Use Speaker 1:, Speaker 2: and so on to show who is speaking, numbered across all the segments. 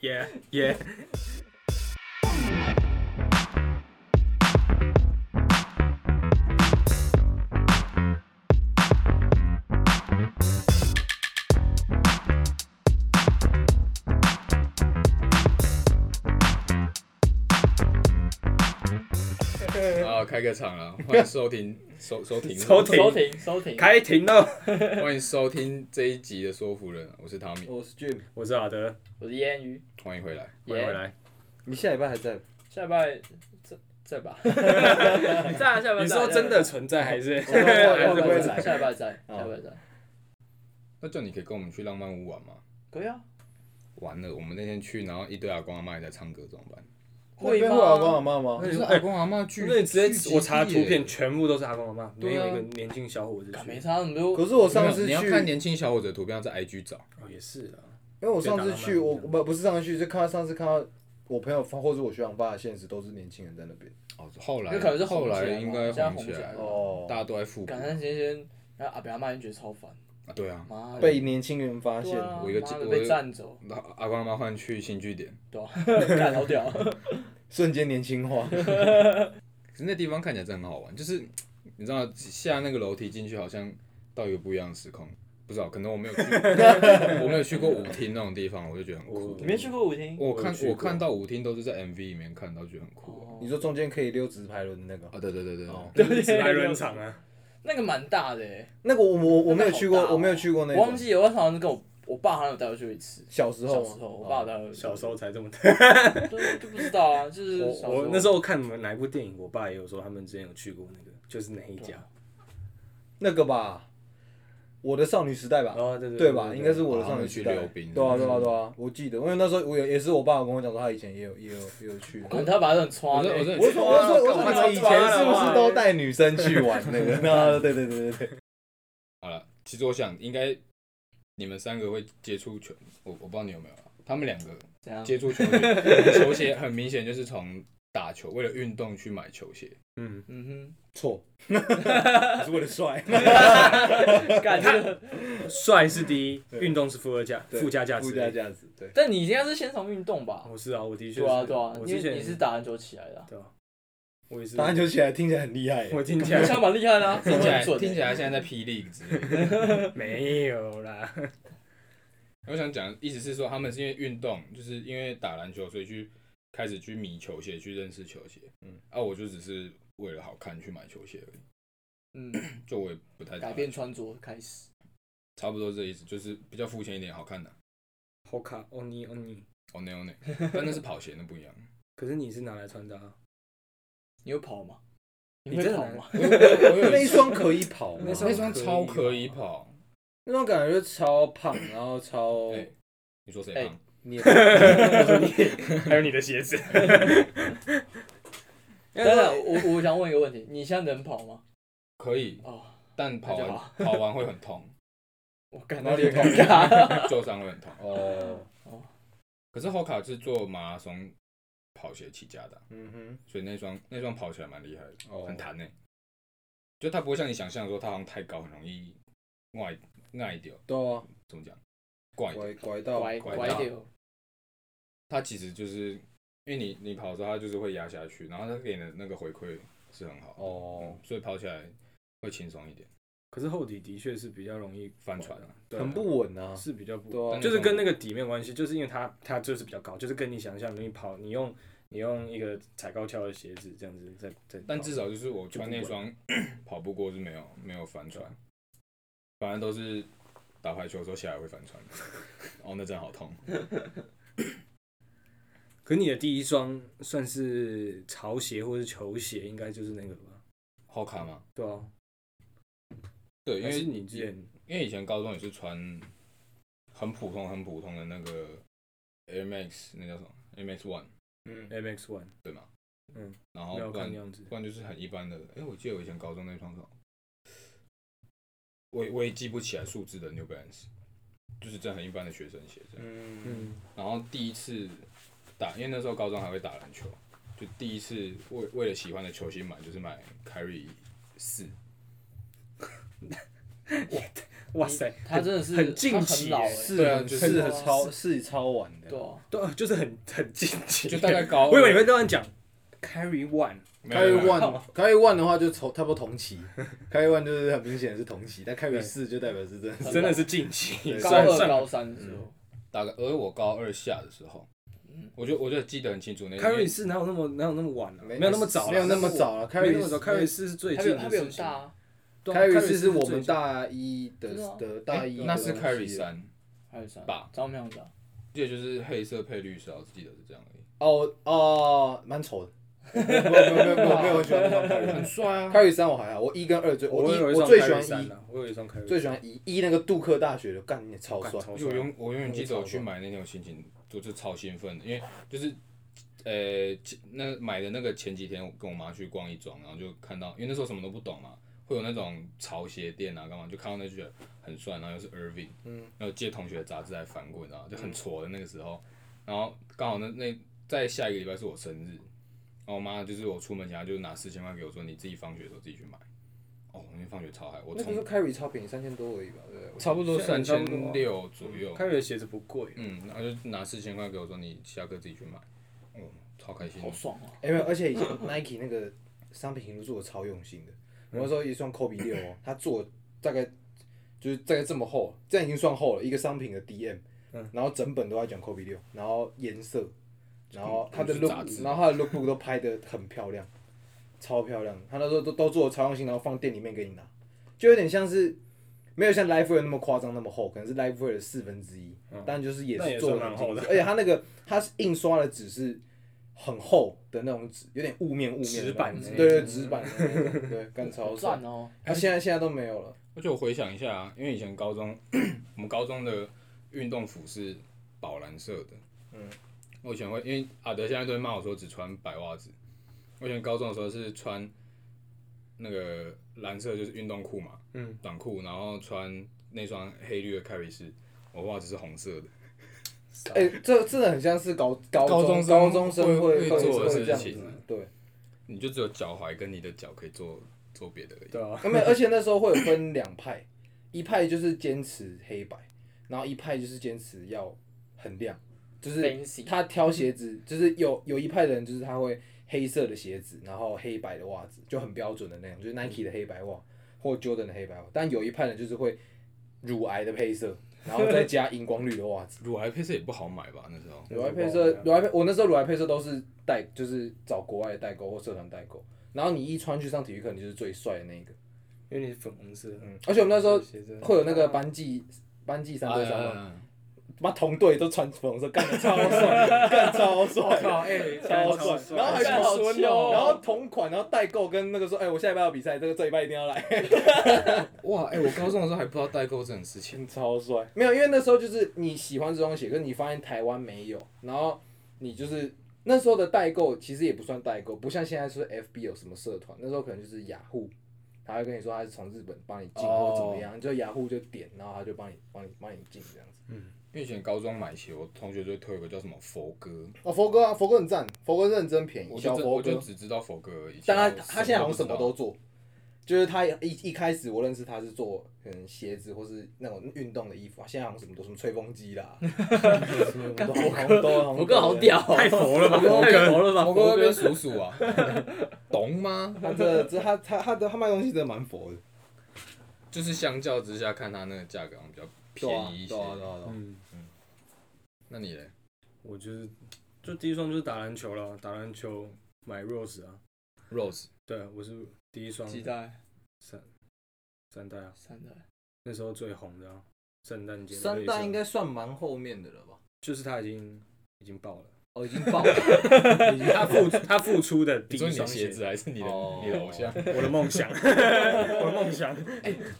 Speaker 1: 耶耶。
Speaker 2: 啊，开个场了，欢迎收听 收收听
Speaker 1: 收停
Speaker 3: 收停收停，
Speaker 1: 开庭了，
Speaker 2: 欢迎收听这一集的说服人，我是汤米，
Speaker 4: 我是 Jim，
Speaker 1: 我是阿德，
Speaker 3: 我是烟鱼，
Speaker 2: 欢迎回来。
Speaker 1: 欢迎回来。
Speaker 4: 你下礼拜 还在？
Speaker 3: 下礼拜再再 吧，再下礼拜再。
Speaker 1: 你说真的存在还是
Speaker 3: 我说我
Speaker 1: 还是
Speaker 3: 我
Speaker 1: 会哦
Speaker 3: 我
Speaker 1: 来？
Speaker 3: 下礼拜再，下礼拜再，
Speaker 2: 那就你可以跟我们去浪漫屋玩吗？
Speaker 3: 可以啊，
Speaker 2: 完了，我们那天去，然后一堆阿公阿妈也在唱歌，怎么办？
Speaker 3: 会
Speaker 4: 那边
Speaker 3: 吗
Speaker 4: 会啊阿公阿妈吗？
Speaker 2: 那是阿公阿妈聚，
Speaker 1: 那你直
Speaker 2: 聚集
Speaker 1: 接
Speaker 2: 地
Speaker 1: 我查图片，
Speaker 2: 耶。
Speaker 1: 全部都是阿公阿妈，没有
Speaker 2: 对啊
Speaker 1: 一个年轻小伙子
Speaker 3: 干
Speaker 1: 去
Speaker 3: 没。差，你们都
Speaker 4: 可是我
Speaker 2: 没
Speaker 4: 上
Speaker 2: 有
Speaker 4: 次
Speaker 2: 你
Speaker 4: 去，
Speaker 2: 要看
Speaker 4: 因
Speaker 2: 年轻小伙子的图片，要在 IG 找。
Speaker 1: 哦，也是啦。
Speaker 4: 为我上次去，
Speaker 1: 对打
Speaker 4: 我
Speaker 1: 浪漫
Speaker 4: 不不是上次去，就看到上次看到我朋友发或者我学长发的现实都是年轻人在那边。
Speaker 2: 哦，后来
Speaker 3: 有可能是红
Speaker 2: 后
Speaker 3: 起来
Speaker 2: 来
Speaker 3: 嘛
Speaker 2: 应该
Speaker 3: 现在
Speaker 2: 红起
Speaker 3: 红起
Speaker 2: 来
Speaker 3: 来
Speaker 2: 了，
Speaker 4: 哦
Speaker 2: 大家都在复古
Speaker 3: 赶上前先，然后阿表阿妈已经觉得超烦，
Speaker 2: 啊。对啊，
Speaker 3: 妈的
Speaker 4: 被年轻人发
Speaker 3: 对
Speaker 4: 现，
Speaker 3: 啊
Speaker 2: 我一个
Speaker 3: 妈的
Speaker 2: 我一
Speaker 3: 被
Speaker 2: 个
Speaker 3: 占走，
Speaker 2: 那阿公阿妈换去新据点，
Speaker 3: 对吧？ 干好屌，
Speaker 4: 瞬间年 轻化。
Speaker 2: 可是那地方看起来真的很好玩，就是你知道下那个楼梯进去，好像到一个不一样的时空，不知道，可能我没有去， 我没有去过舞厅那种地方，我就觉得很酷。
Speaker 1: 我
Speaker 3: 你没去过舞厅？
Speaker 2: 我看
Speaker 1: 我有去过
Speaker 2: 我看到舞厅都是在 MV 里面看到，觉得很酷。
Speaker 3: 哦
Speaker 4: 你说中间可以溜直排轮的那个，
Speaker 2: 啊，对对对对对，
Speaker 4: 哦
Speaker 1: 就是直白人场啊，
Speaker 3: 那个蛮大的欸，
Speaker 4: 那个我我我没
Speaker 3: 那个好大
Speaker 4: 有
Speaker 3: 哦
Speaker 4: 去过，我没有去过那
Speaker 3: 我
Speaker 4: 个。
Speaker 3: 忘记了，我好像是跟我我爸好像有带我去一次，
Speaker 4: 小时候啊
Speaker 3: 小
Speaker 4: 吗，
Speaker 3: 时候我爸有带我去，
Speaker 1: 小时候才这么大。
Speaker 3: 对就不知道啊，就是
Speaker 1: 我
Speaker 3: 小
Speaker 1: 我那时
Speaker 3: 候
Speaker 1: 候看哪一部电影，我爸也有说他们之前有去过那个，就是哪一家。
Speaker 4: 那个吧，我的少女时代吧。
Speaker 1: 哦，对
Speaker 4: 对吧？应该是我的
Speaker 2: 然后他
Speaker 4: 少女
Speaker 2: 们
Speaker 4: 时
Speaker 2: 去
Speaker 4: 代。
Speaker 2: 溜冰
Speaker 4: 对啊，
Speaker 2: 是
Speaker 4: 对
Speaker 2: 不
Speaker 4: 啊，
Speaker 2: 是
Speaker 4: 对啊，我记得，因为那时候我有也是我爸跟我讲说，他以前也有也有也有去。
Speaker 3: 可能他把这种穿
Speaker 2: 我说我说
Speaker 4: 我说我说我说
Speaker 1: 干嘛
Speaker 4: 你们以前是不是都带女生去玩那 个？那对对对对对，
Speaker 2: 好了，其实我想应该你们三个会接触球，我我不知道你有没有啊，他们两个
Speaker 3: 怎样？
Speaker 2: 接触球鞋，球鞋很明显就是从打球为了运动去买球鞋。
Speaker 1: 嗯，
Speaker 3: 嗯
Speaker 4: 错， 是为了 帅。
Speaker 3: 哼，感觉，
Speaker 1: 帅是第一，运动是附加价
Speaker 4: 对
Speaker 1: 附加价值。
Speaker 4: 附加价值，对。
Speaker 3: 但你应该是先从运动吧？
Speaker 1: 我是啊，我的确是。
Speaker 3: 对啊，对啊，
Speaker 1: 我
Speaker 3: 因
Speaker 1: 之
Speaker 3: 为
Speaker 1: 前
Speaker 3: 你是打篮球起来的啊，
Speaker 1: 对啊，我也是。
Speaker 4: 打篮球起来听起来很厉害耶，
Speaker 1: 我听起
Speaker 3: 我
Speaker 1: 来
Speaker 3: 想蛮厉害的啊，
Speaker 2: 听起来
Speaker 3: 很准欸
Speaker 2: 听起来现在在霹雳之类的。
Speaker 1: 没有啦。
Speaker 2: 我想讲，意思是说他们是因为运动，就是因为打篮球，所以去开始去迷球鞋，去认识球鞋。嗯
Speaker 4: 嗯，
Speaker 2: 啊，我就只是为了好看去买球鞋而已，
Speaker 3: 嗯，
Speaker 2: 就我也不太打
Speaker 3: 改变，穿着开始。
Speaker 2: 差不多这意思，就是比较肤浅一点，好看的。
Speaker 1: 好卡，哦你哦你，
Speaker 2: 哦内哦内，但那是跑鞋，那不一样。
Speaker 1: 可是你是拿来穿搭啊，
Speaker 3: 你会跑吗？你
Speaker 1: 你
Speaker 3: 会
Speaker 1: 真的
Speaker 3: 跑
Speaker 1: 很
Speaker 3: 吗？
Speaker 2: 我有我有
Speaker 4: 那一双可以跑吗，
Speaker 1: 那
Speaker 4: 那
Speaker 1: 双
Speaker 2: 那
Speaker 4: 双
Speaker 2: 双超可以跑。
Speaker 4: 那双感觉就超胖，然后超
Speaker 2: 哎，你说谁胖？
Speaker 4: 你也
Speaker 1: 还有你的 鞋子。
Speaker 3: 等等，我我想问一个问题，你现在能跑吗？
Speaker 2: 可以，
Speaker 3: 哦，
Speaker 2: 但跑
Speaker 3: 那就
Speaker 2: 完
Speaker 3: 好
Speaker 2: 跑完会很痛，
Speaker 3: 我感
Speaker 4: 哪
Speaker 3: 到
Speaker 4: 里
Speaker 3: 有点尴
Speaker 4: 痛
Speaker 3: 尬。
Speaker 2: 旧伤会很痛。
Speaker 4: 哦，
Speaker 2: 可是后卡是做马拉松跑鞋起家的啊，
Speaker 4: 嗯
Speaker 2: 所以那双那双跑起来蛮厉害的。
Speaker 4: 哼，哦
Speaker 2: 很弹呢、欸就它不会像你想象的说它好像太高，很容易外外掉，
Speaker 4: 对啊，
Speaker 2: 怎么讲？怪掉。
Speaker 4: 拐拐到
Speaker 3: 拐
Speaker 2: 拐
Speaker 3: 拐
Speaker 2: 到
Speaker 3: 掉，
Speaker 2: 它其实就是因为你你跑的时候，它就是会压下去，然后它给你的那个回馈是很好的，
Speaker 4: 哦
Speaker 2: 嗯，所以跑起来会轻松一点，
Speaker 1: 可是厚底的确是比较容易
Speaker 2: 翻船啊。
Speaker 1: 对啊
Speaker 4: 很不稳啊，
Speaker 1: 是比较不，
Speaker 4: 对啊
Speaker 2: 但，
Speaker 1: 就是跟那个底没有关系，就是因为它它就是比较高，就是跟你想象的你跑，你用你用一个踩高跷的鞋子这样子在在跑，
Speaker 2: 但至少就是我
Speaker 1: 就不
Speaker 2: 穿那双 跑步过是没有没有翻船，反正都是打排球的时候下来会翻船，哦，那真的好痛。
Speaker 1: 可你的第一双算是潮鞋或是球鞋，应该就是那个吧？
Speaker 2: 后卡吗？
Speaker 1: 对啊，
Speaker 2: 对，因
Speaker 1: 还
Speaker 2: 为
Speaker 1: 是你之前
Speaker 2: 因为以前高中也是穿很普通、很普通的那个 Air Max，那叫什么 Air Max One，
Speaker 4: 嗯，
Speaker 1: M X One
Speaker 2: 对吗？
Speaker 1: 嗯，
Speaker 2: 然后
Speaker 1: 没有
Speaker 2: 不
Speaker 1: 看
Speaker 2: 然
Speaker 1: 的样子，
Speaker 2: 不然就是很一般的。哎、我记得我以前高中那双什么，我也我也记不起来数字的 New Balance，就是真的很一般的学生鞋这样。
Speaker 4: 嗯
Speaker 1: 嗯，
Speaker 2: 然后第一次打，因为那时候高中还会打篮球，就第一次为为了喜欢的球星买，就是买 Carry 四。
Speaker 1: 哇塞，
Speaker 3: 他真的是
Speaker 1: 很近期耶
Speaker 3: 他很老哎，
Speaker 4: 是
Speaker 2: 对啊
Speaker 4: 很
Speaker 2: 就是
Speaker 1: 很
Speaker 4: 超是超晚的，
Speaker 3: 对啊，
Speaker 1: 对，就是很很近期，
Speaker 2: 就大概高二
Speaker 1: 我以为你会这样讲，carry one，
Speaker 2: 没有
Speaker 4: 开
Speaker 2: 没有
Speaker 4: one 开 one 的话就同差不多同期，开 one 就是很明显是同期，但开
Speaker 1: 对
Speaker 4: y 四就代表是真的 是
Speaker 1: 真的是近期，
Speaker 4: 对
Speaker 3: 高
Speaker 1: 算嗯
Speaker 3: 二
Speaker 1: 算
Speaker 3: 高三的时候，
Speaker 2: 大概，而我高二下的时候，
Speaker 4: 嗯
Speaker 2: 我就我就记得很清楚那个因
Speaker 1: carry
Speaker 2: 为
Speaker 1: 四哪有那么哪有那么晚啊，没有那么早啊，
Speaker 4: 没有那么早了。
Speaker 1: 没有那
Speaker 4: carry
Speaker 1: 么早，carry 四是最
Speaker 3: 他
Speaker 1: 近
Speaker 3: 比
Speaker 1: 的
Speaker 3: 他
Speaker 1: 事
Speaker 3: 比我
Speaker 1: 情
Speaker 3: 们大啊，
Speaker 1: 对啊 carry
Speaker 4: carry 四
Speaker 1: 四
Speaker 4: 是我们
Speaker 1: 最近
Speaker 4: 大一的
Speaker 3: 真的啊
Speaker 4: 的大
Speaker 2: 哎
Speaker 4: 一的
Speaker 2: 那是
Speaker 4: 东西
Speaker 2: carry 三，
Speaker 3: 还有啥？
Speaker 2: 吧
Speaker 3: 张妙长，
Speaker 2: 记得就是黑色配绿色，我只记得是这样而已。
Speaker 4: 哦哦，蛮丑的。没有没有没有没有很喜欢看 carry
Speaker 2: 很帅啊！
Speaker 4: carry 三我还好，我一跟二最
Speaker 1: 我
Speaker 4: 一
Speaker 1: 有一
Speaker 4: 我
Speaker 1: 双
Speaker 4: 最喜欢
Speaker 1: carry
Speaker 4: 一
Speaker 1: 3啊，我有一双 carry，
Speaker 4: 最喜欢一一那个杜克大学的，干你超
Speaker 1: 干
Speaker 4: 帅，
Speaker 1: 超
Speaker 2: 我
Speaker 1: 帅，
Speaker 2: 永我永远记得我去买那天我心情就是超兴奋的，因为就是呃前那买的那个前几天我跟我妈去逛一庄，然后就看到，因为那时候什么都不懂嘛，会有那种潮鞋店啊干嘛，就看到那句很帅，然后又是 Irving，嗯，然后借同学的杂志还翻过，你知道吗？就很挫的那个时候，然后刚好那那在下一个礼拜是我生日，然后我妈就是我出门前她就拿四千块给我说你自己放学的时候自己去买，哦，那天放学超嗨，我
Speaker 4: 那
Speaker 2: 从
Speaker 4: 个是 carry 超便宜，三千多而已吧，对不对？
Speaker 2: 差不多
Speaker 1: 现
Speaker 2: 三
Speaker 1: 在差
Speaker 2: 千
Speaker 1: 不多啊
Speaker 2: 六左右。
Speaker 1: carry 的鞋子不贵，
Speaker 2: 嗯，然后就拿四千块给我说你下课自己去买，哦，超开心
Speaker 3: 好。爽啊！
Speaker 4: 哎、没有，而且以前 Nike 那个商品评估做的超用心的。我那时候一双 Kobe 六哦，它做大概就是大概这么厚，这样已经算厚了，一个商品的 DM，、然
Speaker 1: 嗯
Speaker 4: 后整本都在讲 Kobe 六，然后颜色，然后它
Speaker 2: 就
Speaker 4: 的
Speaker 2: 是
Speaker 4: look，
Speaker 2: 杂志
Speaker 4: 然后它的 lookbook 都拍的很漂亮，超漂亮。他那时候都都做的超用心，然后放店里面给你拿，就有点像是没有像 Lifewear 那么夸张那么厚，可能是 Lifewear 的四分之一，但就是也
Speaker 1: 嗯那也
Speaker 4: 是做的
Speaker 1: 算蛮厚的
Speaker 4: 而且它那个它是印刷的纸是很厚的那种纸，有点雾面雾面的
Speaker 1: 纸板
Speaker 4: 那种
Speaker 1: 的
Speaker 4: 对
Speaker 1: 那
Speaker 4: 对，
Speaker 1: 种
Speaker 4: 纸板的那种，对，干超
Speaker 3: 好
Speaker 4: 帅
Speaker 3: 赞。哦！
Speaker 4: 他现在现在都没有了，
Speaker 2: 而且我回想一下、啊，因为以前高中 我们高中的运动服是宝蓝色的，
Speaker 4: 嗯，
Speaker 2: 我以前会因为阿德现在都会骂我说只穿白袜子，我以前高中的时候是穿那个蓝色就是运动裤嘛，
Speaker 1: 嗯，
Speaker 2: 短裤，然后穿那双黑绿的凯瑞士，我袜子是红色的。
Speaker 4: 哎、这真的很像是高高
Speaker 2: 高
Speaker 4: 中
Speaker 2: 中生
Speaker 4: 高中生
Speaker 2: 会会
Speaker 4: 会
Speaker 2: 做的
Speaker 4: 会这样
Speaker 2: 事
Speaker 4: 子
Speaker 2: 情，
Speaker 4: 对。
Speaker 2: 你就只有脚踝跟你的脚可以做做别的而已。
Speaker 1: 对啊，
Speaker 4: 啊没有，而且那时候会有分两派，一派就是坚持黑白，然后一派就是坚持要很亮，就是
Speaker 3: Fancy
Speaker 4: 他挑鞋子，就是有有一派的人就是他会黑色的鞋子，然后黑白的袜子，就很标准的那种，就是 Nike 的黑白袜或 Jordan 的黑白袜，但有一派人就是会乳癌的配色，然后再加荧光绿的袜子。
Speaker 2: 乳癌配色也不好买吧？那时候
Speaker 4: 乳癌配色，乳癌配，我那时候乳癌配色都是代，就是找国外的代购或社团代购，然后你一穿去上体育课，你就是最帅的那一个。
Speaker 1: 因为你是粉红色，啊
Speaker 4: 嗯，而且我们那时候
Speaker 1: 鞋子
Speaker 4: 会有那个班级班级三对三
Speaker 2: 嗯哎哎
Speaker 4: 嘛，
Speaker 2: 哎哎
Speaker 4: 妈同队都穿粉红色，干得超帅， 干 超帅，
Speaker 1: 靠，哎，
Speaker 4: 超
Speaker 1: 超
Speaker 4: 帅，然后还
Speaker 3: 干好
Speaker 4: 说
Speaker 3: 秋哦
Speaker 4: 然后同款，然后代购跟那个说，哎，我下礼拜有比赛，这个这礼拜一定要来，
Speaker 2: 哇，哎、我高中的时候还不知道代购这种事情。
Speaker 4: 超帅。没有，因为那时候就是你喜欢这双鞋，可是你发现台湾没有，然后你就是。那时候的代购其实也不算代购，不像现在是 FB 有什么社团，那时候可能就是雅虎，他会跟你说他是从日本帮你进或者怎么
Speaker 2: 哦
Speaker 4: 样，你就雅虎就点，然后他就帮你帮你帮你进这样子。
Speaker 2: 因为以前高中买鞋，我同学就推有个叫什么佛哥，
Speaker 4: 哦，佛哥啊，佛哥很赞，佛哥认真便宜，
Speaker 2: 我
Speaker 4: 小
Speaker 2: 就只
Speaker 4: 佛
Speaker 2: 我就
Speaker 4: 哥。
Speaker 2: 只知道佛哥而已。
Speaker 4: 但他
Speaker 2: 其实我
Speaker 4: 他现在好像什么
Speaker 2: 不
Speaker 4: 都
Speaker 2: 知
Speaker 4: 做，就是他一一开始我认识他是做可能鞋子或是那种运动的衣服，他现在好像什么都什么吹风机啦，什么都好像都好像
Speaker 3: 我哥好屌，哦，
Speaker 1: 太佛了吧，太佛了吧，
Speaker 2: 道。佛哥那边数数啊，懂吗？
Speaker 4: 他这这他他他的他卖东西真的蛮佛的，
Speaker 2: 就是相较之下，看他那个价格好像比较便宜一些。
Speaker 4: 啊
Speaker 1: 嗯，
Speaker 2: 那你嘞？
Speaker 1: 我就是就第一双就是打篮球了，打篮球买 Rose 啊，
Speaker 2: Rose
Speaker 1: 对，啊我是第一双
Speaker 3: 几代
Speaker 1: 三三代啊，
Speaker 3: 三代，
Speaker 1: 那时候最红的、啊，圣诞节的
Speaker 4: 三
Speaker 1: 类
Speaker 4: 代
Speaker 1: 似
Speaker 4: 应该算蛮后面的了吧？
Speaker 1: 就是他已经已经爆了，
Speaker 4: 哦，已经爆了，已经
Speaker 1: 他付他付出的第
Speaker 2: 你说
Speaker 1: 一
Speaker 2: 你的
Speaker 1: 双
Speaker 2: 鞋子还是你的、
Speaker 4: 哦
Speaker 2: 你的偶像？
Speaker 1: 我的梦 想，我的梦想，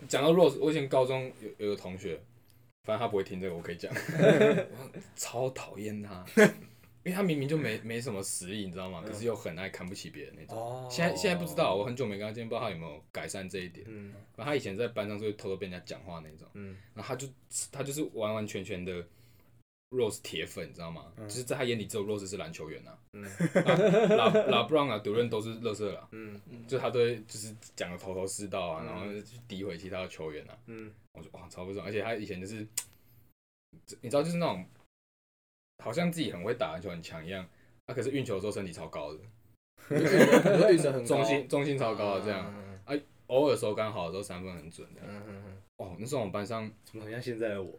Speaker 2: 讲到 Rose，我以前高中有有个同学，反正他不会听这个，我可以讲，我超讨厌他，因为他明明就没没什么实力，你知道吗？可是又很爱看不起别人那种。
Speaker 1: 哦
Speaker 2: 现在现在不知道，我很久没跟他见面，不知道他有没有改善这一点。
Speaker 4: 嗯
Speaker 2: 然后他以前在班上是会偷偷被人家讲话那种，
Speaker 4: 嗯
Speaker 2: 然后他就他就是完完全全的 Rose 铁粉，你知道吗？就是在他眼里只有 Rose 是篮球员呐、啊，嗯，拉拉布朗啊、德润都是乐色啦，
Speaker 1: 嗯
Speaker 2: 就他对就是讲的头头是道啊，然后去诋毁其他的球员啊，
Speaker 1: 嗯，
Speaker 2: 我就哇超不爽，而且他以前就是，你知道就是那种好像自己很会打篮球很强一样，他、可是运球的时候身体超高的，
Speaker 4: 你说运神很高，
Speaker 2: 中心中心超高的这样，
Speaker 4: 嗯
Speaker 2: 偶尔手感好的时候三分很准的。
Speaker 4: 嗯嗯嗯，
Speaker 2: 哦，那时候我们班上，
Speaker 4: 怎么很像现在的我？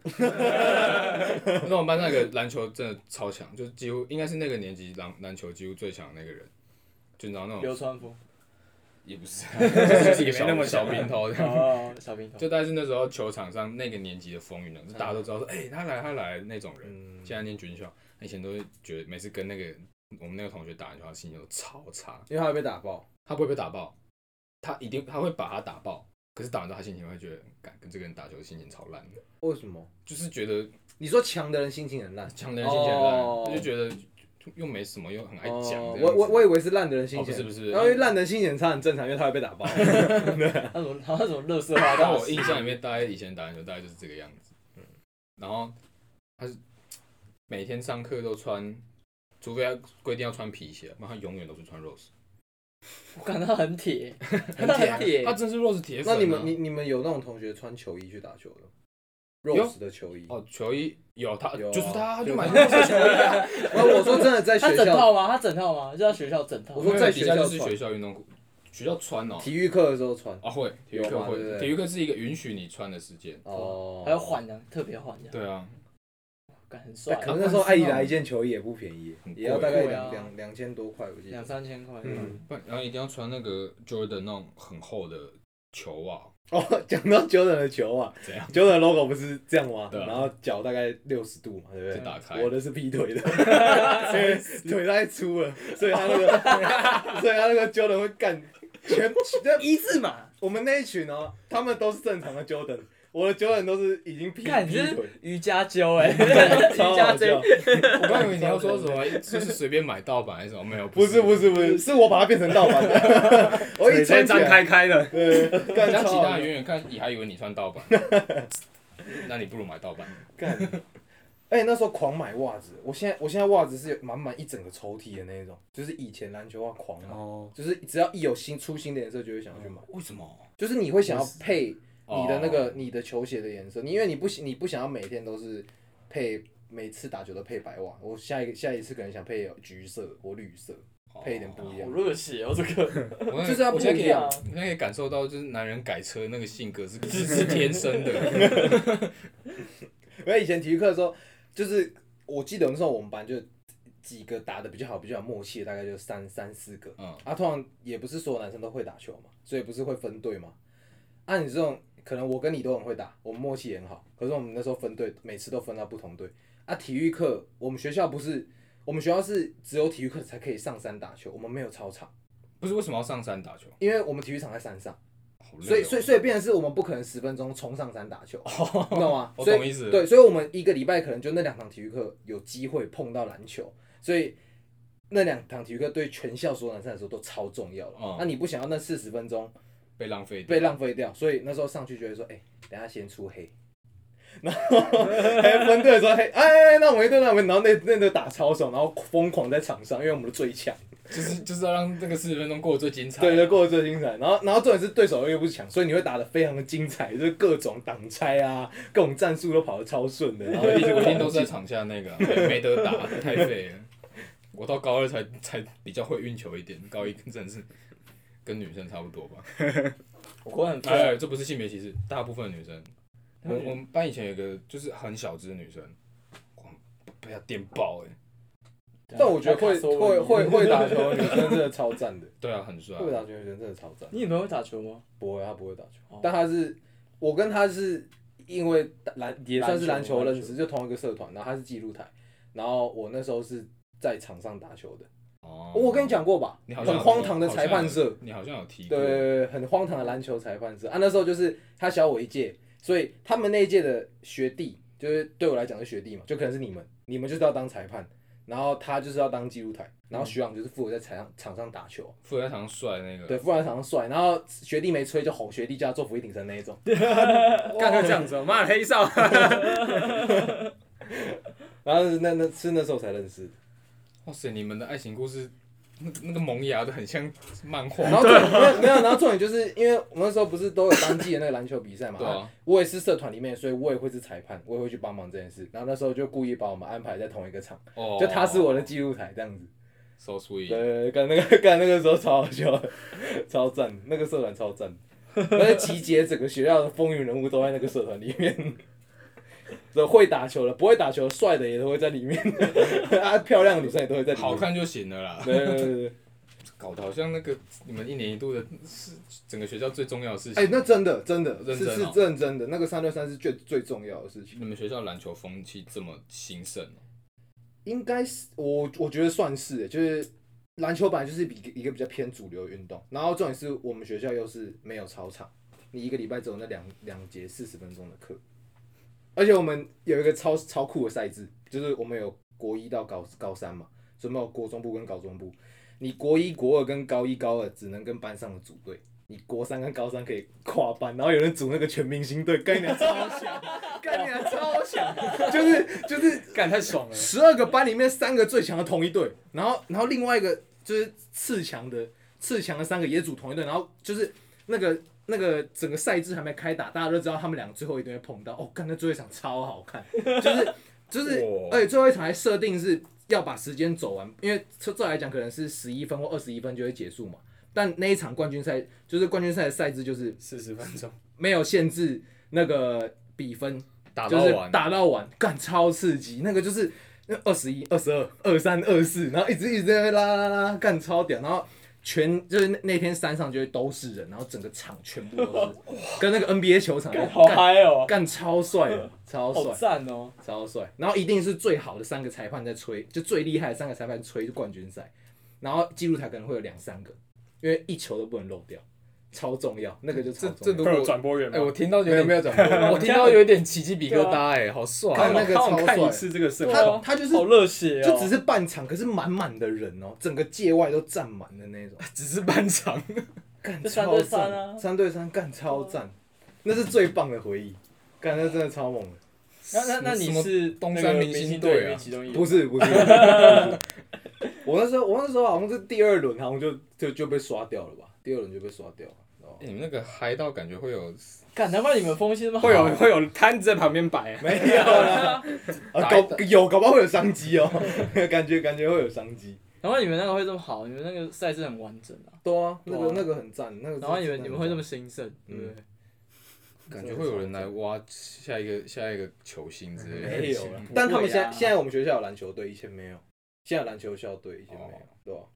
Speaker 2: 那时候我们班上有个篮球真的超强，就几乎应该是那个年级篮篮球几乎最强的那个人，就你知道那
Speaker 3: 流
Speaker 2: 种
Speaker 3: 川枫
Speaker 2: 也不是， 就是一个
Speaker 1: 也没那
Speaker 2: 小
Speaker 1: 么
Speaker 2: 小
Speaker 1: 强
Speaker 2: 平头这样。
Speaker 3: 哦，小平头，
Speaker 2: 就但是那时候球场上那个年级的风云人物，就大家都知道说，哎、他来他来那种人。
Speaker 4: 嗯，
Speaker 2: 现在念军校，以前都会觉得每次跟那个我们那个同学打篮球，他心情都超差。
Speaker 4: 因为他会被打爆，
Speaker 2: 他不会被打爆，他一定他会把他打爆，可是打完之后他心情会觉得，干跟这个人打球心情超烂的，
Speaker 4: 为什么？
Speaker 2: 就是觉得
Speaker 4: 你说强的人心情很烂，
Speaker 2: 强的人心情很烂，
Speaker 4: 哦
Speaker 2: 他就觉得就又没什么，又很爱讲这样
Speaker 4: 哦
Speaker 2: 子。
Speaker 4: 我我我以为是烂的人心
Speaker 2: 哦不
Speaker 4: 情
Speaker 2: 是
Speaker 4: 很，
Speaker 2: 不是，
Speaker 4: 然后因为烂的人心情很差很正常，因为他会被打爆。
Speaker 3: 他怎么他怎么乐色化
Speaker 2: 但
Speaker 3: 大
Speaker 2: 我
Speaker 3: 师
Speaker 2: 印象里面，大概以前打篮球大概就是这个样子。嗯然后他是每天上课都穿，除非他规定要穿皮鞋，不然他永远都是穿 Rose，
Speaker 3: 我感到很铁，
Speaker 2: 很
Speaker 3: 他
Speaker 2: 铁啊
Speaker 3: 很铁，
Speaker 2: 他真是 Rose 铁粉啊。
Speaker 4: 那你们你你们有那种同学穿球衣去打球的
Speaker 2: 有
Speaker 4: ？Rose 的球衣。
Speaker 2: 哦，球衣有他，
Speaker 4: 有啊
Speaker 2: 就是他，他就
Speaker 4: 有
Speaker 2: 买
Speaker 4: 他
Speaker 2: Rose 的球衣啊。
Speaker 4: 然后我说真的，在
Speaker 3: 他
Speaker 4: 学
Speaker 3: 整
Speaker 4: 校
Speaker 3: 套吗？他整套吗？就在学校整套
Speaker 4: 我
Speaker 2: 没
Speaker 4: 说
Speaker 2: 有
Speaker 4: 在
Speaker 2: 底
Speaker 4: 学
Speaker 2: 下
Speaker 4: 校
Speaker 2: 就是
Speaker 4: 穿
Speaker 2: 学校运动裤，学校穿哦。
Speaker 4: 体育课的时候穿。
Speaker 2: 啊会，体育
Speaker 4: 有
Speaker 2: 课
Speaker 4: 嘛对不
Speaker 2: 会，
Speaker 4: 对
Speaker 2: 体育课是一个允许你穿的时间。
Speaker 4: 哦，
Speaker 3: 还有换的，特别换的，
Speaker 2: 对啊，
Speaker 3: 感很帅
Speaker 4: 但，可能那时候艾怡来一件球衣也不便宜
Speaker 2: 很，贵
Speaker 4: 也要大概
Speaker 3: 对啊
Speaker 4: 两两两千多块，我记
Speaker 3: 两
Speaker 4: 得。
Speaker 3: 三千块。
Speaker 1: 嗯
Speaker 2: 不然然后一定要穿那个 Jordan 那种很厚的球袜，
Speaker 4: 哦，讲到 Jordan 的球啊
Speaker 2: 怎样
Speaker 4: ，Jordan 的 logo 不是这样吗？
Speaker 2: 对啊
Speaker 4: 然后脚大概六十度嘛，对不
Speaker 2: 就
Speaker 4: 对？
Speaker 2: 打开。
Speaker 4: 我的是劈腿 的，所以腿太粗了，所以他那个， 所以他那个 Jordan 会干全。那
Speaker 3: 一字马，
Speaker 4: 我们那一群哦，他们都是正常的 Jordan，我的 Jordan 都是已经劈
Speaker 3: 看你
Speaker 4: 劈
Speaker 3: 这
Speaker 4: 腿
Speaker 3: 是，瑜伽灸哎，瑜
Speaker 4: 超好
Speaker 3: 伽灸。。
Speaker 4: 笑
Speaker 2: 我刚以为你要说什 么，就是随便买盗版还是什么，没有，
Speaker 4: 不是不是不是，是我把它变成盗版的， 我一
Speaker 1: 直接
Speaker 4: 穿起
Speaker 1: 张
Speaker 4: 来，
Speaker 1: 开开的，
Speaker 4: 对，干
Speaker 2: 人家
Speaker 4: 超
Speaker 2: 其
Speaker 4: 好
Speaker 2: 他
Speaker 4: 笑
Speaker 2: 人远远看，也还以为你穿盗 版，那你不如买盗版。
Speaker 4: 干。 而且那时候狂买袜子，我现在我现在袜子是有满满一整个抽屉的那一种，就是以前篮球袜狂买，
Speaker 1: 哦，
Speaker 4: 就是只要一有新出新的颜色就会想要去买，
Speaker 2: 为什么？
Speaker 4: 就是你会想要配
Speaker 2: 哦
Speaker 4: 你的那个你的球鞋的颜色，你因为你不喜你不想要每天都是配每次打球都配白袜，我下一个下一次可能想配橘色或绿色，配一点不一样
Speaker 3: 好热血哦，这个
Speaker 2: 哦我
Speaker 4: 就是要
Speaker 2: 我
Speaker 4: 不
Speaker 2: 现在可
Speaker 4: 一
Speaker 2: 以，
Speaker 4: 样
Speaker 3: 啊
Speaker 2: 我现在可以感受到，就是男人改车那个性格是 是是天生的。
Speaker 4: 因为以前体育课的时候，就是我记得那时候我们班就几个打的比较好、比较有默契，的，大概就三三四个。
Speaker 2: 嗯，
Speaker 4: 啊，通常也不是所有男生都会打球嘛，所以不是会分队嘛。按、你这种，可能我跟你都很会打，我们默契也很好。可是我们那时候分队，每次都分到不同队。啊，体育课我们学校不是，我们学校是只有体育课才可以上山打球，我们没有操场，
Speaker 2: 不是为什么要上山打球？
Speaker 4: 因为我们体育场在山上。
Speaker 2: 好累哦
Speaker 4: 所以所以所以变成是我们不可能十分钟冲上山打球，你懂吗？
Speaker 2: 我
Speaker 4: 所以
Speaker 2: 懂意思
Speaker 4: 对，所以我们一个礼拜可能就那两堂体育课有机会碰到篮球，所以那两堂体育课对全校所有男生来说都超重要了。那、
Speaker 2: 嗯
Speaker 4: 你不想要那四十分钟
Speaker 2: 被浪费掉
Speaker 4: 被浪费掉，所以那时候上去就会说，哎、等一下先出黑。然后还分队的时候，嘿，哎哎，哎那我们一队，那我们，然后那那个打超爽，然后疯狂在场上，因为我们的最强，
Speaker 2: 就是就是要让这个四十分钟过得最精彩。
Speaker 4: 对对，过得最精彩。然后，然后重点是对手又不是强，所以你会打得非常的精彩，就是各种挡拆啊，各种战术都跑得超顺的。然后
Speaker 2: 我
Speaker 4: 一
Speaker 2: 一
Speaker 4: 直
Speaker 2: 直
Speaker 4: 我
Speaker 2: 我一定都是在场下那个啊，没没得打，太废了。我到高二才才比较会运球一点，高一真的是跟女生差不多吧。
Speaker 3: 啊我国很
Speaker 2: 哎，
Speaker 3: 废，
Speaker 2: 这不是性别歧视，大部分的女生，我我们班以前有个就是很小只的女生，哇被她电爆哎、
Speaker 4: 但我觉得 会会会会打球的女生真的超赞 的，
Speaker 2: 对啊，很帅啊、
Speaker 4: 会打球的女生真的超赞。
Speaker 3: 你有没有会打球吗？
Speaker 4: 不会，她不会打球
Speaker 3: 哦，
Speaker 4: 但她是我跟她是因为篮也算是篮球认识，就同一个社团，然后她是记录台，然后我那时候是在场上打球的。
Speaker 2: 哦
Speaker 4: 我跟你，讲过吧，
Speaker 2: 你好像
Speaker 4: 很
Speaker 2: 有
Speaker 4: 荒唐的裁判社，，
Speaker 2: 你好像有提过，
Speaker 4: 对，很荒唐的篮球裁判是啊，那时候就是他小我一届，所以他们那一届的学弟，就是对我来讲是学弟嘛，就可能是你们，你们就是要当裁判，然后他就是要当记录台，然后徐朗就是负责在场上场上打球，
Speaker 2: 富人堂帅那个，
Speaker 4: 对，负责在场上帅，然后学弟没吹就吼学弟，叫他做伏地挺身那一种，
Speaker 1: 干到这样子哦，妈的黑哨，
Speaker 4: 然后那那是那时候才认识的，
Speaker 2: 哇塞，你们的爱情故事，那那个萌芽的很像漫画。
Speaker 4: 然后重点没有没有，然后重点就是因为我们那时候不是都有当季的那个篮球比赛嘛，
Speaker 2: 对啊
Speaker 4: 我也是社团里面，所以我也会是裁判，我也会去帮忙这件事。然后那时候就故意把我们安排在同一个场，
Speaker 2: 哦，
Speaker 4: 就他是我的记录台这样子。
Speaker 2: so sweet，
Speaker 4: 对，干那个干那个时候超好笑 的，超赞的，那个社团超赞的，而且集结整个学校的风云人物都在那个社团里面。对，会打球的、不会打球的、帅的也都会在里面， 啊，漂亮的女生也都会在里面。
Speaker 2: 好。看就行了啦。
Speaker 4: 对对对对。
Speaker 2: 搞得好像那个你们一年一度的是整个学校最重要的事情。
Speaker 4: 哎、那真的真的
Speaker 2: 认
Speaker 4: 是
Speaker 2: 真
Speaker 4: 是
Speaker 2: 哦
Speaker 4: 认真的，那个三六三是最最重要的事情。
Speaker 2: 你们学校篮球风气这么兴盛哦、
Speaker 4: 应该是我，我觉得算是，欸就是篮球本来就是比一个比较偏主流运动，然后重点是我们学校又是没有操场，你一个礼拜只有那两两节四十分钟的课，而且我们有一个超超酷的赛制，就是我们有国一到高高三嘛，所以我们有国中部跟高中部，你国一国二跟高一高二只能跟班上的组队。你国三跟高三可以跨班，然后有人组那个全明星队，概念超强，概念超强，就是就是
Speaker 1: 干太爽了，
Speaker 4: 十二个班里面三个最强的同一队，然后然后另外一个就是次强的，次强的三个也组同一队，然后就是那个那个整个赛制还没开打，大家都知道他们两个最后一定会碰到。哦，干，那最后一场超好看，就是就是
Speaker 2: 哇，
Speaker 4: 而且最后一场还设定是要把时间走完，因为这这来讲可能是十一分或二十一分就会结束嘛。但那一场冠军赛就是冠军赛的赛制就是
Speaker 1: 四十分钟，
Speaker 4: 没有限制那个比分，
Speaker 2: 哦打到
Speaker 4: 就是
Speaker 2: 完，
Speaker 4: 打到晚，干超刺激，那个就是那二十一、二十二、二三、二四，然后一直一直在那边拉拉拉，干超屌，然后全就是那那天山上就会都是人，然后整个场全部都是，跟那个 NBA 球场一样
Speaker 3: 干好
Speaker 4: 干
Speaker 3: 嗨哦，
Speaker 4: 干超帅的，超
Speaker 3: 好
Speaker 4: 帅，
Speaker 3: 赞哦，
Speaker 4: 超帅，然后一定是最好的三个裁判在吹，就最厉害的三个裁判吹冠军赛，然后记录台可能会有两三个，因为一球都不能漏掉，超重要，那个就超
Speaker 2: 这
Speaker 4: 重
Speaker 2: 这如
Speaker 4: 要。
Speaker 1: 会有
Speaker 2: 果
Speaker 1: 转播员
Speaker 2: 哎、
Speaker 1: 吗？
Speaker 2: 我听到有
Speaker 4: 没有
Speaker 2: 点
Speaker 4: 没有讲过， 啊
Speaker 2: 我听到有点起鸡皮疙瘩哎、好帅、
Speaker 4: 看那
Speaker 2: 哦
Speaker 1: 看
Speaker 4: 个超
Speaker 1: 我看
Speaker 4: 帅
Speaker 1: 一，次这个盛
Speaker 4: 他
Speaker 1: 况，
Speaker 4: 他就是
Speaker 3: 好热血哦，
Speaker 4: 就只是半场，可是满满的人哦，整个界外都站满的那种，
Speaker 2: 只是半场，
Speaker 4: 干
Speaker 3: 就三
Speaker 4: 超
Speaker 3: 对
Speaker 4: 赞
Speaker 3: 三啊
Speaker 4: 三对三干超赞，那是最棒的回忆，干那真的超猛的，
Speaker 3: 那那那
Speaker 2: 什
Speaker 3: 你
Speaker 2: 么
Speaker 3: 是
Speaker 2: 东
Speaker 3: 那
Speaker 2: 山
Speaker 3: 个
Speaker 2: 明
Speaker 3: 明
Speaker 2: 星
Speaker 3: 星
Speaker 2: 队
Speaker 3: 里
Speaker 2: 啊
Speaker 3: 面其中一
Speaker 4: 不
Speaker 3: 员？
Speaker 4: 是不是，不 是我那时候我那时候好像是第二轮，好像就就就被刷掉了吧，第二轮就被刷掉了，哦
Speaker 2: 哎，你们那个嗨到感觉会有
Speaker 3: 干，难怪你们风气那么好
Speaker 1: 会有会有摊子在旁边摆，啊
Speaker 4: 没有啦，啊
Speaker 2: 打一
Speaker 4: 搞有搞不好会有商机哦， 感觉感觉会有商机，
Speaker 3: 难怪你们那个会这么好，你们那个赛制很完整啊，
Speaker 4: 对啊，那
Speaker 3: 对
Speaker 4: 个
Speaker 3: 啊
Speaker 4: 那个很赞，那个
Speaker 3: 然后你
Speaker 4: 真
Speaker 3: 们
Speaker 4: 的很
Speaker 3: 你们会这
Speaker 4: 赞
Speaker 3: 么兴盛，对不对？
Speaker 2: 感觉会有人来挖下一个下一个球星之类的。
Speaker 4: 没有啦
Speaker 3: 不会啊
Speaker 4: 但他们现在现在我们学校有篮球队，以前没有。现在有篮球校队以前没有
Speaker 2: 哦，
Speaker 4: 对吧？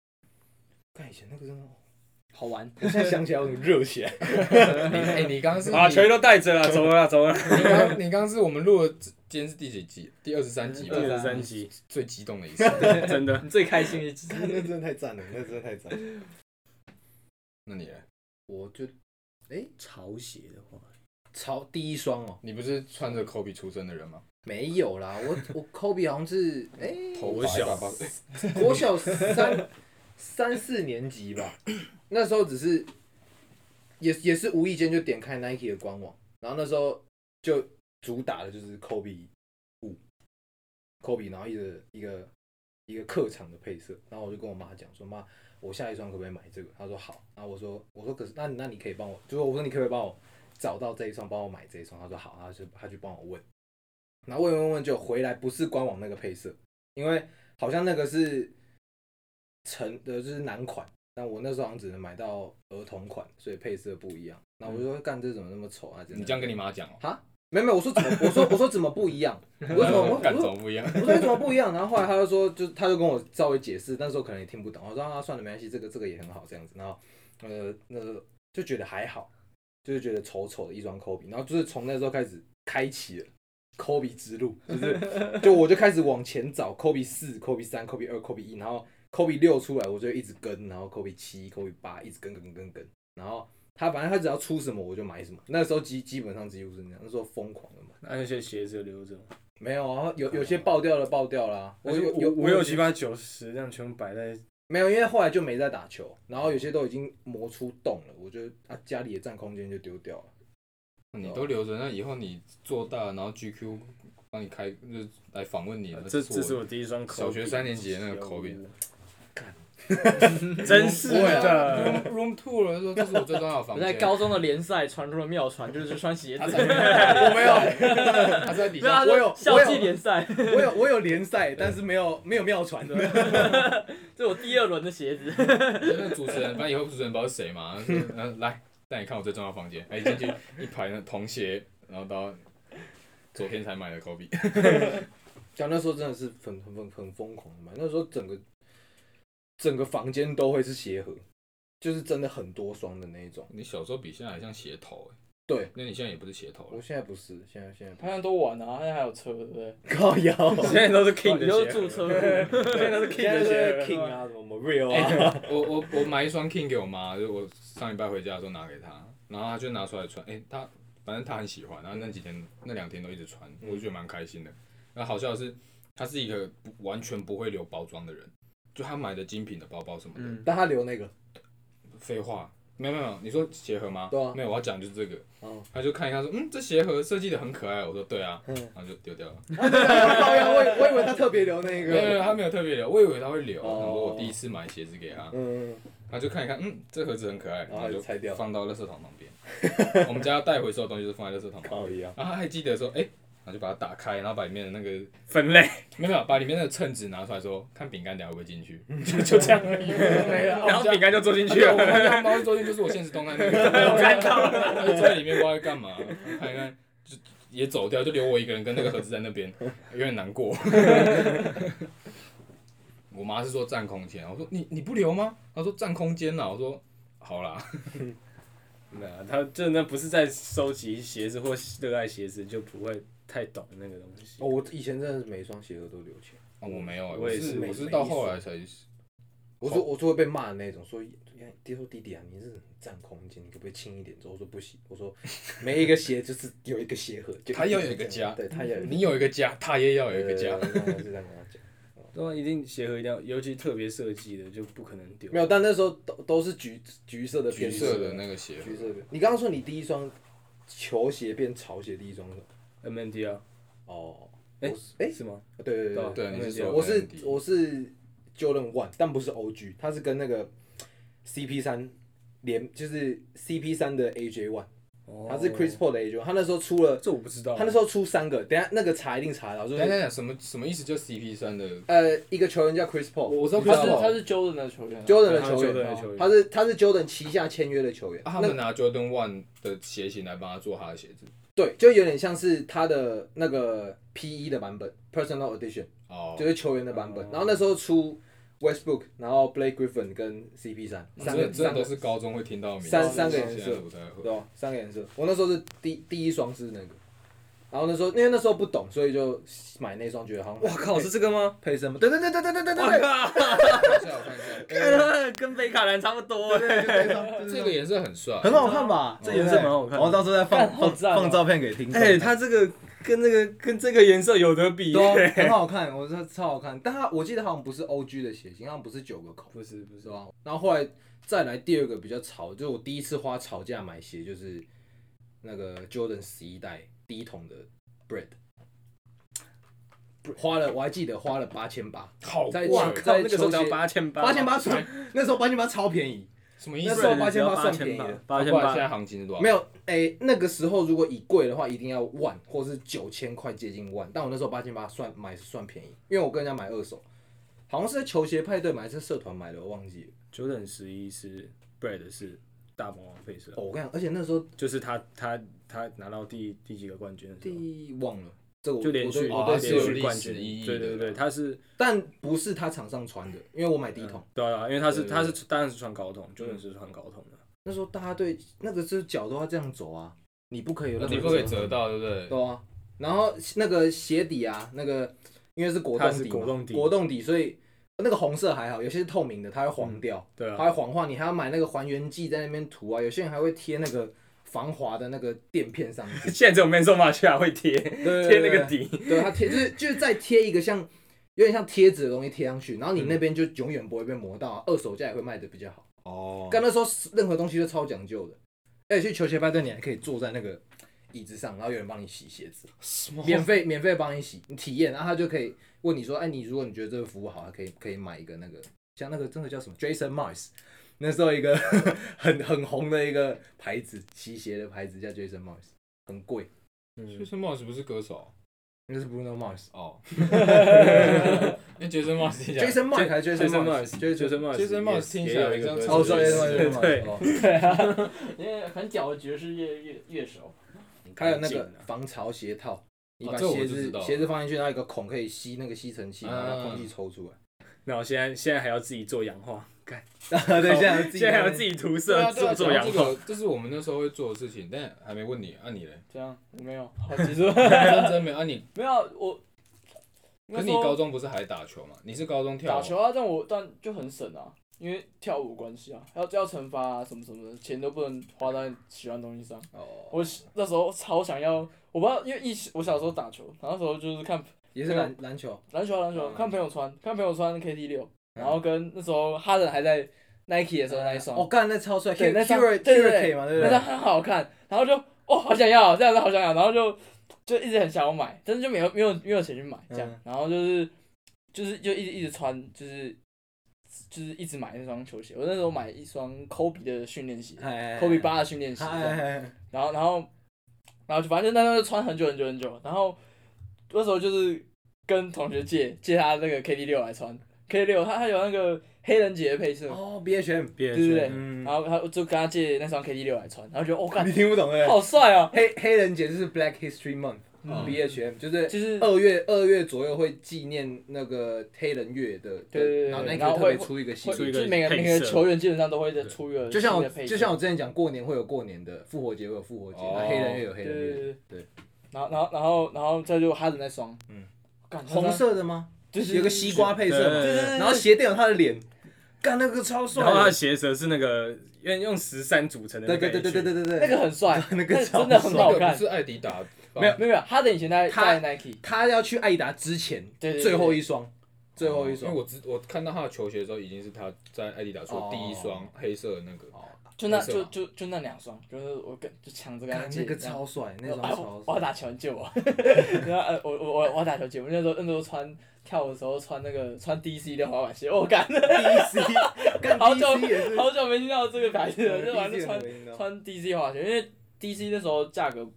Speaker 4: 看以前那个真的，
Speaker 3: 好玩，
Speaker 4: 我现在想起来我很热血。
Speaker 2: 你哎、你刚刚是
Speaker 1: 把
Speaker 2: 你
Speaker 1: 啊球都带着了，走了走了。
Speaker 2: 你刚你刚刚是我们录了，今天是第几集？啊第二十三集吧，
Speaker 1: 二十三集，
Speaker 2: 最激动的一次。
Speaker 1: 真的
Speaker 3: 你最开心的一次
Speaker 4: 看 那真的太赞了，那真的太赞。 了。
Speaker 2: 那你呢
Speaker 4: 我就
Speaker 1: 潮鞋的话，
Speaker 4: 超第一双哦，
Speaker 2: 你不是穿着 Kobe 出生的人吗？
Speaker 4: 没有啦，我我 Kobe 好像是哎、
Speaker 2: 头
Speaker 1: 我小
Speaker 2: 发吧，
Speaker 4: 国小三三四年级吧， 那时候只是也也是无意间就点开 Nike 的官网，然后那时候就主打的就是 Kobe 五，Kobe，然后一个一个一个客场的配色，然后我就跟我妈讲说妈，我下一双可不可以买这个？她说好，然后我说我说可是那那你可以帮我，就是我说你可不可以帮我找到这一双，帮我买这一双？她说好，然后就她去帮我问，然后问问问就回来不是官网那个配色，因为好像那个是成的，就是男款，但我那时候好像只能买到儿童款，所以配色不一样。然后我就说干这怎么那么丑啊？
Speaker 2: 你这样跟你妈讲哦、
Speaker 4: 哈？没有没有，我说怎么我说我说怎么不 一样？我说怎么啊我
Speaker 2: 感
Speaker 4: 我说
Speaker 2: 怎不一样？
Speaker 4: 我说你怎么不一样？然后后来他就说，就他就跟我稍微解释，那时候可能也听不懂。我说啊，算了，没关系，这个这个也很好这样子。然后呃，那个就觉得还好，就是觉得丑丑的一双 Kobe。然后就是从那时候开始开启了 Kobe 之路，就是 就我就开始往前找 Kobe 四、Kobe 三、Kobe 二、Kobe 一，然后 Kobe 六出来，我就一直跟，然后 Kobe 七、Kobe 八一直跟跟跟跟，然后。他反正他只要出什么我就买什么，那时候基基本上几乎是那样，那时候疯狂的买。
Speaker 1: 那那些鞋子有留着吗，
Speaker 4: 没有啊，有有些爆掉了，爆掉了啊。我有有
Speaker 1: 五六七
Speaker 4: 些
Speaker 1: 八九十这样全部摆在，
Speaker 4: 没有，因为后来就没再打球，然后有些都已经磨出洞了，我就啊家里也 占空间就丢掉了。
Speaker 2: 你都留着，那以后你做大，然后 GQ 帮你开，就是来访问你。
Speaker 1: 啊这
Speaker 2: 这
Speaker 1: 这
Speaker 2: 是
Speaker 1: 是
Speaker 2: 我
Speaker 1: 我第一双口
Speaker 2: 小学三年级的那个口笔，
Speaker 1: 真是
Speaker 2: 不会啊
Speaker 1: 的。
Speaker 2: room room tour 的时候，这是我最重要的
Speaker 3: 我
Speaker 2: 房间。
Speaker 3: 在高中的联赛传出了妙传，就是穿鞋
Speaker 2: 他
Speaker 3: 子
Speaker 2: 在，， 我没有， 他在底
Speaker 3: 没有他
Speaker 2: 下。
Speaker 3: 说
Speaker 4: 我有
Speaker 3: 校
Speaker 4: 我有
Speaker 3: 际联赛，
Speaker 4: 我有我有联赛，但是没有没有妙传的。
Speaker 3: 这是我第二轮的鞋子。
Speaker 2: 那个主持人，反正以后主持人不知道是谁嘛，他说嗯，来带你看我最重要的房间，哎，进去一排那童鞋，然后到昨天才买的口笔，
Speaker 4: 讲那时候真的是很很很很疯狂的买，那时候整个整个房间都会是鞋盒，就是真的很多双的那一种。
Speaker 2: 你小时候比现在还像鞋头哎，
Speaker 4: 对，
Speaker 2: 那你现在也不是鞋头
Speaker 4: 我
Speaker 2: 了，
Speaker 4: 现在不是，现在现在
Speaker 5: 他们都玩啊，现在还有车，对不对？
Speaker 4: 靠腰，啊
Speaker 1: 现在都是 king
Speaker 5: 哦
Speaker 1: 的
Speaker 3: 你就
Speaker 1: 鞋，
Speaker 3: 住车库，
Speaker 1: 现在都是 king
Speaker 4: 现在
Speaker 1: 的
Speaker 4: 都是
Speaker 1: 鞋
Speaker 4: King
Speaker 1: 了。
Speaker 4: 啊，什么 Real 啊，
Speaker 2: 哎，我我我买一双 King 给我妈，就我上礼拜回家的时候拿给她，然后她就拿出来穿，哎，她反正她很喜欢，然后那几天那两天都一直穿，我就觉得蛮开心的。那好笑的是，她是一个不完全不会留包装的人，就她买的精品的包包什么的，
Speaker 1: 嗯，
Speaker 4: 但他留那个，
Speaker 2: 废话，没有没有没有，你说鞋盒吗？
Speaker 4: 对啊
Speaker 2: 没有，我要讲就是这个。
Speaker 4: 哦
Speaker 2: 他就看一看说，嗯，这鞋盒设计的很可爱哦。我说对啊，
Speaker 4: 嗯
Speaker 2: 然后就丢掉了。
Speaker 4: 靠腰，我以我以为他特别留那
Speaker 2: 没有没有，
Speaker 4: 个，
Speaker 2: 他没有特别留，我以为他会留。
Speaker 4: 哦
Speaker 2: 然后我第一次买鞋子给他，
Speaker 4: 嗯，
Speaker 2: 他就看一看，嗯，这盒子很可爱，
Speaker 4: 然
Speaker 2: 然
Speaker 4: 后
Speaker 2: 后
Speaker 4: 就
Speaker 2: 就
Speaker 4: 拆掉
Speaker 2: 放到垃圾桶旁边。 我们家要带回收的东西就是放在垃圾桶旁边。
Speaker 4: 靠腰，
Speaker 2: 然后他还记得说，哎、然后就把它打开，然后把里面的那个
Speaker 1: 分类，
Speaker 2: 没有没有，把里面的衬纸拿出来说，看饼干等下会不会进 去，就就这样而已， 没了。
Speaker 1: 然后饼干就做进去
Speaker 2: 对，我
Speaker 1: 了。
Speaker 2: 们家猫昨天就是我现实动态那个，我看到， 他就坐在里面不知道在干嘛，看一看就也走掉，就留我一个人跟那个盒子在那边，有点难过。 我妈是说占空间，我说你你不留吗？她说占空间啦，我说好啦，
Speaker 1: 没有，他真的不是在收集鞋子或热爱鞋子，就不会太懂那个东西。
Speaker 4: 哦，我以前真的是每一双鞋盒都留起来，
Speaker 2: 哦我没有、欸，
Speaker 1: 我也
Speaker 2: 是
Speaker 1: 是
Speaker 2: 我是到后来才
Speaker 4: 我说我说会被骂的那种，说弟说弟弟啊，你是很占空间，你可不可以轻一点？之后我说不行，我说每一个鞋就是有一个鞋盒，就
Speaker 2: 他要有一个家
Speaker 4: 对他要有一个
Speaker 2: 你有一个家，她也要有一个家，
Speaker 4: 对对对对是这样跟他讲。
Speaker 1: 对啊，一定鞋盒一定要，尤其特别设计的就不可能丢。
Speaker 4: 没有，但那时候都都是橘橘色的
Speaker 2: 橘
Speaker 4: 偏
Speaker 2: 色的那个鞋盒，
Speaker 4: 橘色的。你刚刚说你第一双球鞋变潮鞋第一双的
Speaker 1: MND 啊，
Speaker 4: 哦，
Speaker 1: 哎
Speaker 4: 我是哎，
Speaker 1: 是吗？
Speaker 4: 对对对
Speaker 2: 对，你是
Speaker 4: 对，
Speaker 2: 说
Speaker 4: 我是
Speaker 2: MD
Speaker 4: 我是 Jordan One，但不是 OG，它是跟那个 CP 三连，就是 CP 三的 AJ One，
Speaker 1: 哦
Speaker 4: 它是 Chris Paul 的 AJ One，它那时候出了，
Speaker 1: 这我不知道。
Speaker 4: 它那时候出三个，等一下那个查一定查得到，就
Speaker 2: 哦等一下
Speaker 4: 是
Speaker 2: 等一下什么什么意思？就 CP 三的，
Speaker 4: 呃一个球员叫 Chris Paul，
Speaker 2: 我知道哦
Speaker 5: 他是
Speaker 2: Chris Paul
Speaker 5: 他是 Jordan 的球员啊，
Speaker 4: Jordan
Speaker 1: 对
Speaker 4: 的
Speaker 1: 他是
Speaker 4: 球
Speaker 1: Jordan
Speaker 4: 员，
Speaker 1: 的球员
Speaker 4: 他是他是 Jordan 旗下签约的球员，
Speaker 2: 啊他们拿 Jordan One 的鞋型来帮他做他的鞋子。
Speaker 4: 对，就有点像是他的那个 P 一的版本，Personal Edition，、
Speaker 2: 哦，
Speaker 4: 就是球员的版本。
Speaker 1: 哦
Speaker 4: 然后那时候出 Westbrook，然后 Blake Griffin 跟 CP 三三
Speaker 2: 这
Speaker 4: 个
Speaker 2: 这
Speaker 4: 三
Speaker 2: 都
Speaker 4: 个
Speaker 2: 是高中会听到的名字，
Speaker 4: 三三个颜色
Speaker 2: 现在不太会。
Speaker 4: 对吧？三个颜色。我那时候是第第一双是那个，然后那时候因为那时候不懂，所以就买那双觉得好
Speaker 1: 我
Speaker 4: 像
Speaker 1: 靠，是这个吗？
Speaker 4: 配身嘛。对对对对对对对
Speaker 1: 我
Speaker 4: 对对。
Speaker 1: 靠，
Speaker 2: 看一下，我看一下，
Speaker 1: 跟北卡蓝差不多。
Speaker 2: 这个颜色很帅，
Speaker 6: 很好看吧？
Speaker 1: 这颜色蛮好看的
Speaker 6: 然后到时候再放
Speaker 5: 干好
Speaker 6: 放
Speaker 5: 赞哦
Speaker 6: 放照片给听众。
Speaker 1: 哎，它这个跟那个跟这个颜色有得比。
Speaker 4: 都 很好看，我说超好看，但他我记得好像不是 O G 的鞋型，好像不是九个孔，
Speaker 1: 不是不
Speaker 4: 是
Speaker 1: 是，哦
Speaker 4: 吧？然后后来再来第二个比较潮，就是我第一次花炒价买鞋，就是那个 Jordan 十一代第一桶的 Bread，花了我还记得花了八千八，
Speaker 2: 好
Speaker 4: 在
Speaker 1: 哇
Speaker 2: 贵，
Speaker 1: 靠，那个时候只要八千八，
Speaker 4: 八哦千八算那时候八千八超便宜，
Speaker 2: 什么意
Speaker 4: 那
Speaker 2: 思
Speaker 4: 时？候
Speaker 1: 八
Speaker 4: 8800算便宜
Speaker 1: 千
Speaker 4: 的
Speaker 1: 八
Speaker 2: 不
Speaker 1: 千
Speaker 2: 然现
Speaker 1: 八
Speaker 2: 在行情是多少？
Speaker 4: 没有诶、那个时候如果以贵的话，一定要万或是九千块接近万，但我那时候八千八算买是算便宜，因为我跟人家买二手，好像是在球鞋派对买还是社团买的，我忘记了。
Speaker 1: ，Jordan 十一是 Bread 是大魔王配色，
Speaker 4: 哦，我跟你讲，而且那时候
Speaker 1: 就是他他他拿到第第几个冠军的时候。
Speaker 4: 第忘了。这个我
Speaker 1: 就连续啊
Speaker 4: 我
Speaker 2: 哦
Speaker 4: 对
Speaker 1: 连
Speaker 4: 我对
Speaker 2: 是
Speaker 4: 这个
Speaker 2: 有
Speaker 1: 续
Speaker 2: 历
Speaker 1: 冠
Speaker 2: 史
Speaker 1: 军
Speaker 2: 意义
Speaker 1: 对
Speaker 2: 的
Speaker 1: 对对，
Speaker 2: 啦
Speaker 1: 他是
Speaker 4: 但不是他场上穿的，因为我买低筒。
Speaker 1: 对啊，因为他是
Speaker 4: 对对嗯
Speaker 1: 他是当然是穿高筒，Jordan 是穿高筒的，
Speaker 4: 那时候大家对那个是脚都要这样走啊，你不可以有任何
Speaker 2: 你不可以
Speaker 4: 折
Speaker 2: 折到，对不对？
Speaker 4: 痕，对啊。然后那个鞋底啊，那个因为是果冻
Speaker 1: 它
Speaker 4: 底
Speaker 1: 是
Speaker 4: 嘛，
Speaker 1: 果冻底
Speaker 4: 果冻底，所以那个红色还好，有些是透明的，它会黄掉，
Speaker 1: 对啊，
Speaker 4: 它会黄化，你还要买那个还原剂在那边涂啊。有些人还会贴那个防滑的那个垫片上去，
Speaker 1: 现在只有 Man So Much 啊会贴
Speaker 4: 对
Speaker 1: 贴那个
Speaker 4: 底。
Speaker 1: 底，
Speaker 4: 对，它贴就是就是再贴一个像有点像贴纸的东西贴上去，然后你那边就永远不会被磨到啊、二手价也会卖的比较好。
Speaker 6: 哦，
Speaker 4: 哎干那时候任何东西都超讲究的，而且去球鞋派对你还可以坐在那个椅子上，然后有人帮你洗鞋子，
Speaker 2: 什么？
Speaker 4: 免费免费帮你洗，你体验，然后他就可以问你说，哎，你如果你觉得这个服务好，可以可以买一个那个，像那个真的叫什么 Jason Mars，那 时候一个 很很红的一个牌子，皮鞋的牌子叫 Jason Mars，很贵，
Speaker 2: 杰
Speaker 1: 嗯，
Speaker 2: 森·马斯不是歌手啊
Speaker 4: 那是 Bruno Mars。
Speaker 2: 哦？那杰森·马斯听起来
Speaker 4: Jason Mars 还是
Speaker 1: Jason
Speaker 4: Jason
Speaker 1: Mars，
Speaker 4: Mars？Jason
Speaker 1: Jason Mars，
Speaker 2: Jason Mars 听起来
Speaker 1: 也有一个
Speaker 2: 像
Speaker 1: 歌
Speaker 4: 哦
Speaker 1: 手
Speaker 2: 超
Speaker 4: ，sorry
Speaker 2: 级
Speaker 4: sorry sorry，
Speaker 1: 对，
Speaker 4: 哦
Speaker 5: 对啊，因为很屌的爵士乐乐乐手，
Speaker 4: 还有那
Speaker 1: 干
Speaker 4: 个
Speaker 1: 净啊
Speaker 4: 防潮鞋套，
Speaker 5: 哦
Speaker 4: 你把
Speaker 2: 这我
Speaker 4: 鞋
Speaker 2: 就知
Speaker 4: 子
Speaker 2: 道了
Speaker 4: 鞋子放进去，然后有一个孔可以吸那个吸尘器，然后
Speaker 2: 嗯
Speaker 4: 把空
Speaker 5: 啊
Speaker 4: 气抽出来。
Speaker 1: 然后现在现在还要自己做氧化，干，
Speaker 4: 对，现在自己
Speaker 1: 现在还要自己涂
Speaker 2: 对啊
Speaker 1: 色
Speaker 2: 对啊，
Speaker 1: 做做
Speaker 2: 讲到
Speaker 1: 氧
Speaker 2: 这
Speaker 1: 化，
Speaker 2: 个这是我们那时候会做的事情，但还没问你，啊你嘞？
Speaker 5: 这样 没有好结束，
Speaker 2: 认真没有？啊你？
Speaker 5: 没有 我。
Speaker 2: 可是你高中不是还打球吗？你是高中跳舞
Speaker 5: 打球啊，但我但就很省啊，因为跳舞关系啊，要要惩罚啊什么什么的，钱都不能花在喜欢的东西上。
Speaker 4: 哦，
Speaker 5: 我那时候超想要，我不知道，因为一我小时候打球，然后那时候就是看
Speaker 4: 也是篮篮球，
Speaker 5: 篮球啊篮球啊，
Speaker 4: 嗯
Speaker 5: 看朋友穿，看朋友穿 KT 六，
Speaker 2: 嗯
Speaker 5: 然后跟那时候哈登还在 Nike 的时候那一双，
Speaker 4: 哦，干那超帅
Speaker 5: 对，
Speaker 4: ，Q
Speaker 5: 那
Speaker 4: Q
Speaker 5: 张
Speaker 4: Q
Speaker 5: 对对对
Speaker 4: K 嘛，对不
Speaker 5: 那张
Speaker 4: 对？
Speaker 5: 很好看，然后就哦好想要，这样子好想要，然后就就一直很想要买，但是就没有没有没有钱去买这样，
Speaker 4: 嗯
Speaker 5: 然后就是就是就一直一直穿，就是就是一直买那双球鞋。我那时候买一双科比的训练鞋，
Speaker 4: 哎
Speaker 5: 科比，八的训练鞋，
Speaker 4: 哎
Speaker 5: 这
Speaker 4: 哎
Speaker 5: 样
Speaker 4: 哎哎
Speaker 5: 然后然后然后就反正那时候就穿很久很久很久，然后那时候就是跟同学借借他那个 KD 六来穿，KD 六他他有那个黑人节的配色，
Speaker 4: 哦，B H M，
Speaker 1: 对
Speaker 5: 对不对？
Speaker 4: 嗯
Speaker 5: 然，后他就跟他借那双 KD 六来穿，然后觉得哦我感
Speaker 4: 你听不懂哎。
Speaker 5: 好帅啊！
Speaker 4: 黑黑人节就是 Black History Month，B
Speaker 5: 嗯，
Speaker 4: H M 就是
Speaker 5: 就是
Speaker 4: 二月二月左右会纪念那个黑人月的，
Speaker 5: 对对对
Speaker 4: 然后
Speaker 5: 对
Speaker 4: Nike
Speaker 5: 然后
Speaker 4: 特别
Speaker 5: 会会
Speaker 4: 出一个系
Speaker 5: 会
Speaker 4: 列
Speaker 1: 出一个
Speaker 5: 就是每个
Speaker 1: 配色
Speaker 5: 每个球员基本上都会再出一个
Speaker 4: 就像
Speaker 5: 新
Speaker 4: 我
Speaker 5: 的配色
Speaker 4: 就像我之前讲，过年会有过年的，复活节会有复活节，
Speaker 2: 哦
Speaker 4: 那黑人月有
Speaker 5: 对
Speaker 4: 黑人
Speaker 5: 对
Speaker 4: 月。
Speaker 5: 对
Speaker 4: 对。
Speaker 5: 然后然后然后然后再就哈登那双，
Speaker 4: 嗯
Speaker 5: 嗯，感
Speaker 4: 红色的吗？
Speaker 5: 就是
Speaker 4: 有个西瓜配色嘛，
Speaker 1: 对对对
Speaker 5: 对
Speaker 4: 然后鞋垫有他的脸，干那个超帅
Speaker 1: 然后它的
Speaker 4: 的。
Speaker 1: 鞋舌是那个用用十三组成的
Speaker 4: 对
Speaker 1: 那个
Speaker 4: 对
Speaker 1: 一
Speaker 4: 对
Speaker 1: 圈，
Speaker 4: 对对对对对，
Speaker 5: 那个很 帅，
Speaker 4: 那
Speaker 5: 那
Speaker 4: 个超
Speaker 5: 真的很
Speaker 2: 那
Speaker 5: 好
Speaker 2: 个
Speaker 5: 看
Speaker 2: 不。是艾迪达吧，
Speaker 4: 没有
Speaker 5: 没有没有，哈登以前在
Speaker 4: 他
Speaker 5: 在 Nike，
Speaker 4: 他要去艾达之前，
Speaker 5: 对对对哦
Speaker 4: 最后一双，最后一
Speaker 2: 因为
Speaker 4: 双。
Speaker 2: 我知我看到他的球鞋的时候，已经是他在艾迪达出的第一双黑色的那个。
Speaker 4: 哦，
Speaker 5: 就那
Speaker 2: 黑色
Speaker 5: 就
Speaker 2: 嘛
Speaker 5: 就就那两双，就是我跟就抢着跟他
Speaker 4: 干
Speaker 5: 借
Speaker 4: 那个
Speaker 5: 这样
Speaker 4: 超 帅，那
Speaker 5: 我
Speaker 4: 双
Speaker 5: 哎
Speaker 4: 超
Speaker 5: 我要
Speaker 4: 帅。
Speaker 5: 打球，你借我。 然后呃，我我我我要打球借我。那时候那时候穿跳舞的时候穿那个穿 DC 的滑板鞋，我感
Speaker 4: DC，干
Speaker 5: 好久
Speaker 4: DC 也是，
Speaker 5: 好久没听到这个牌子了，
Speaker 4: 呃
Speaker 5: 就反正穿
Speaker 4: 穿
Speaker 5: 穿 DC 滑雪，因为 DC 那时候价格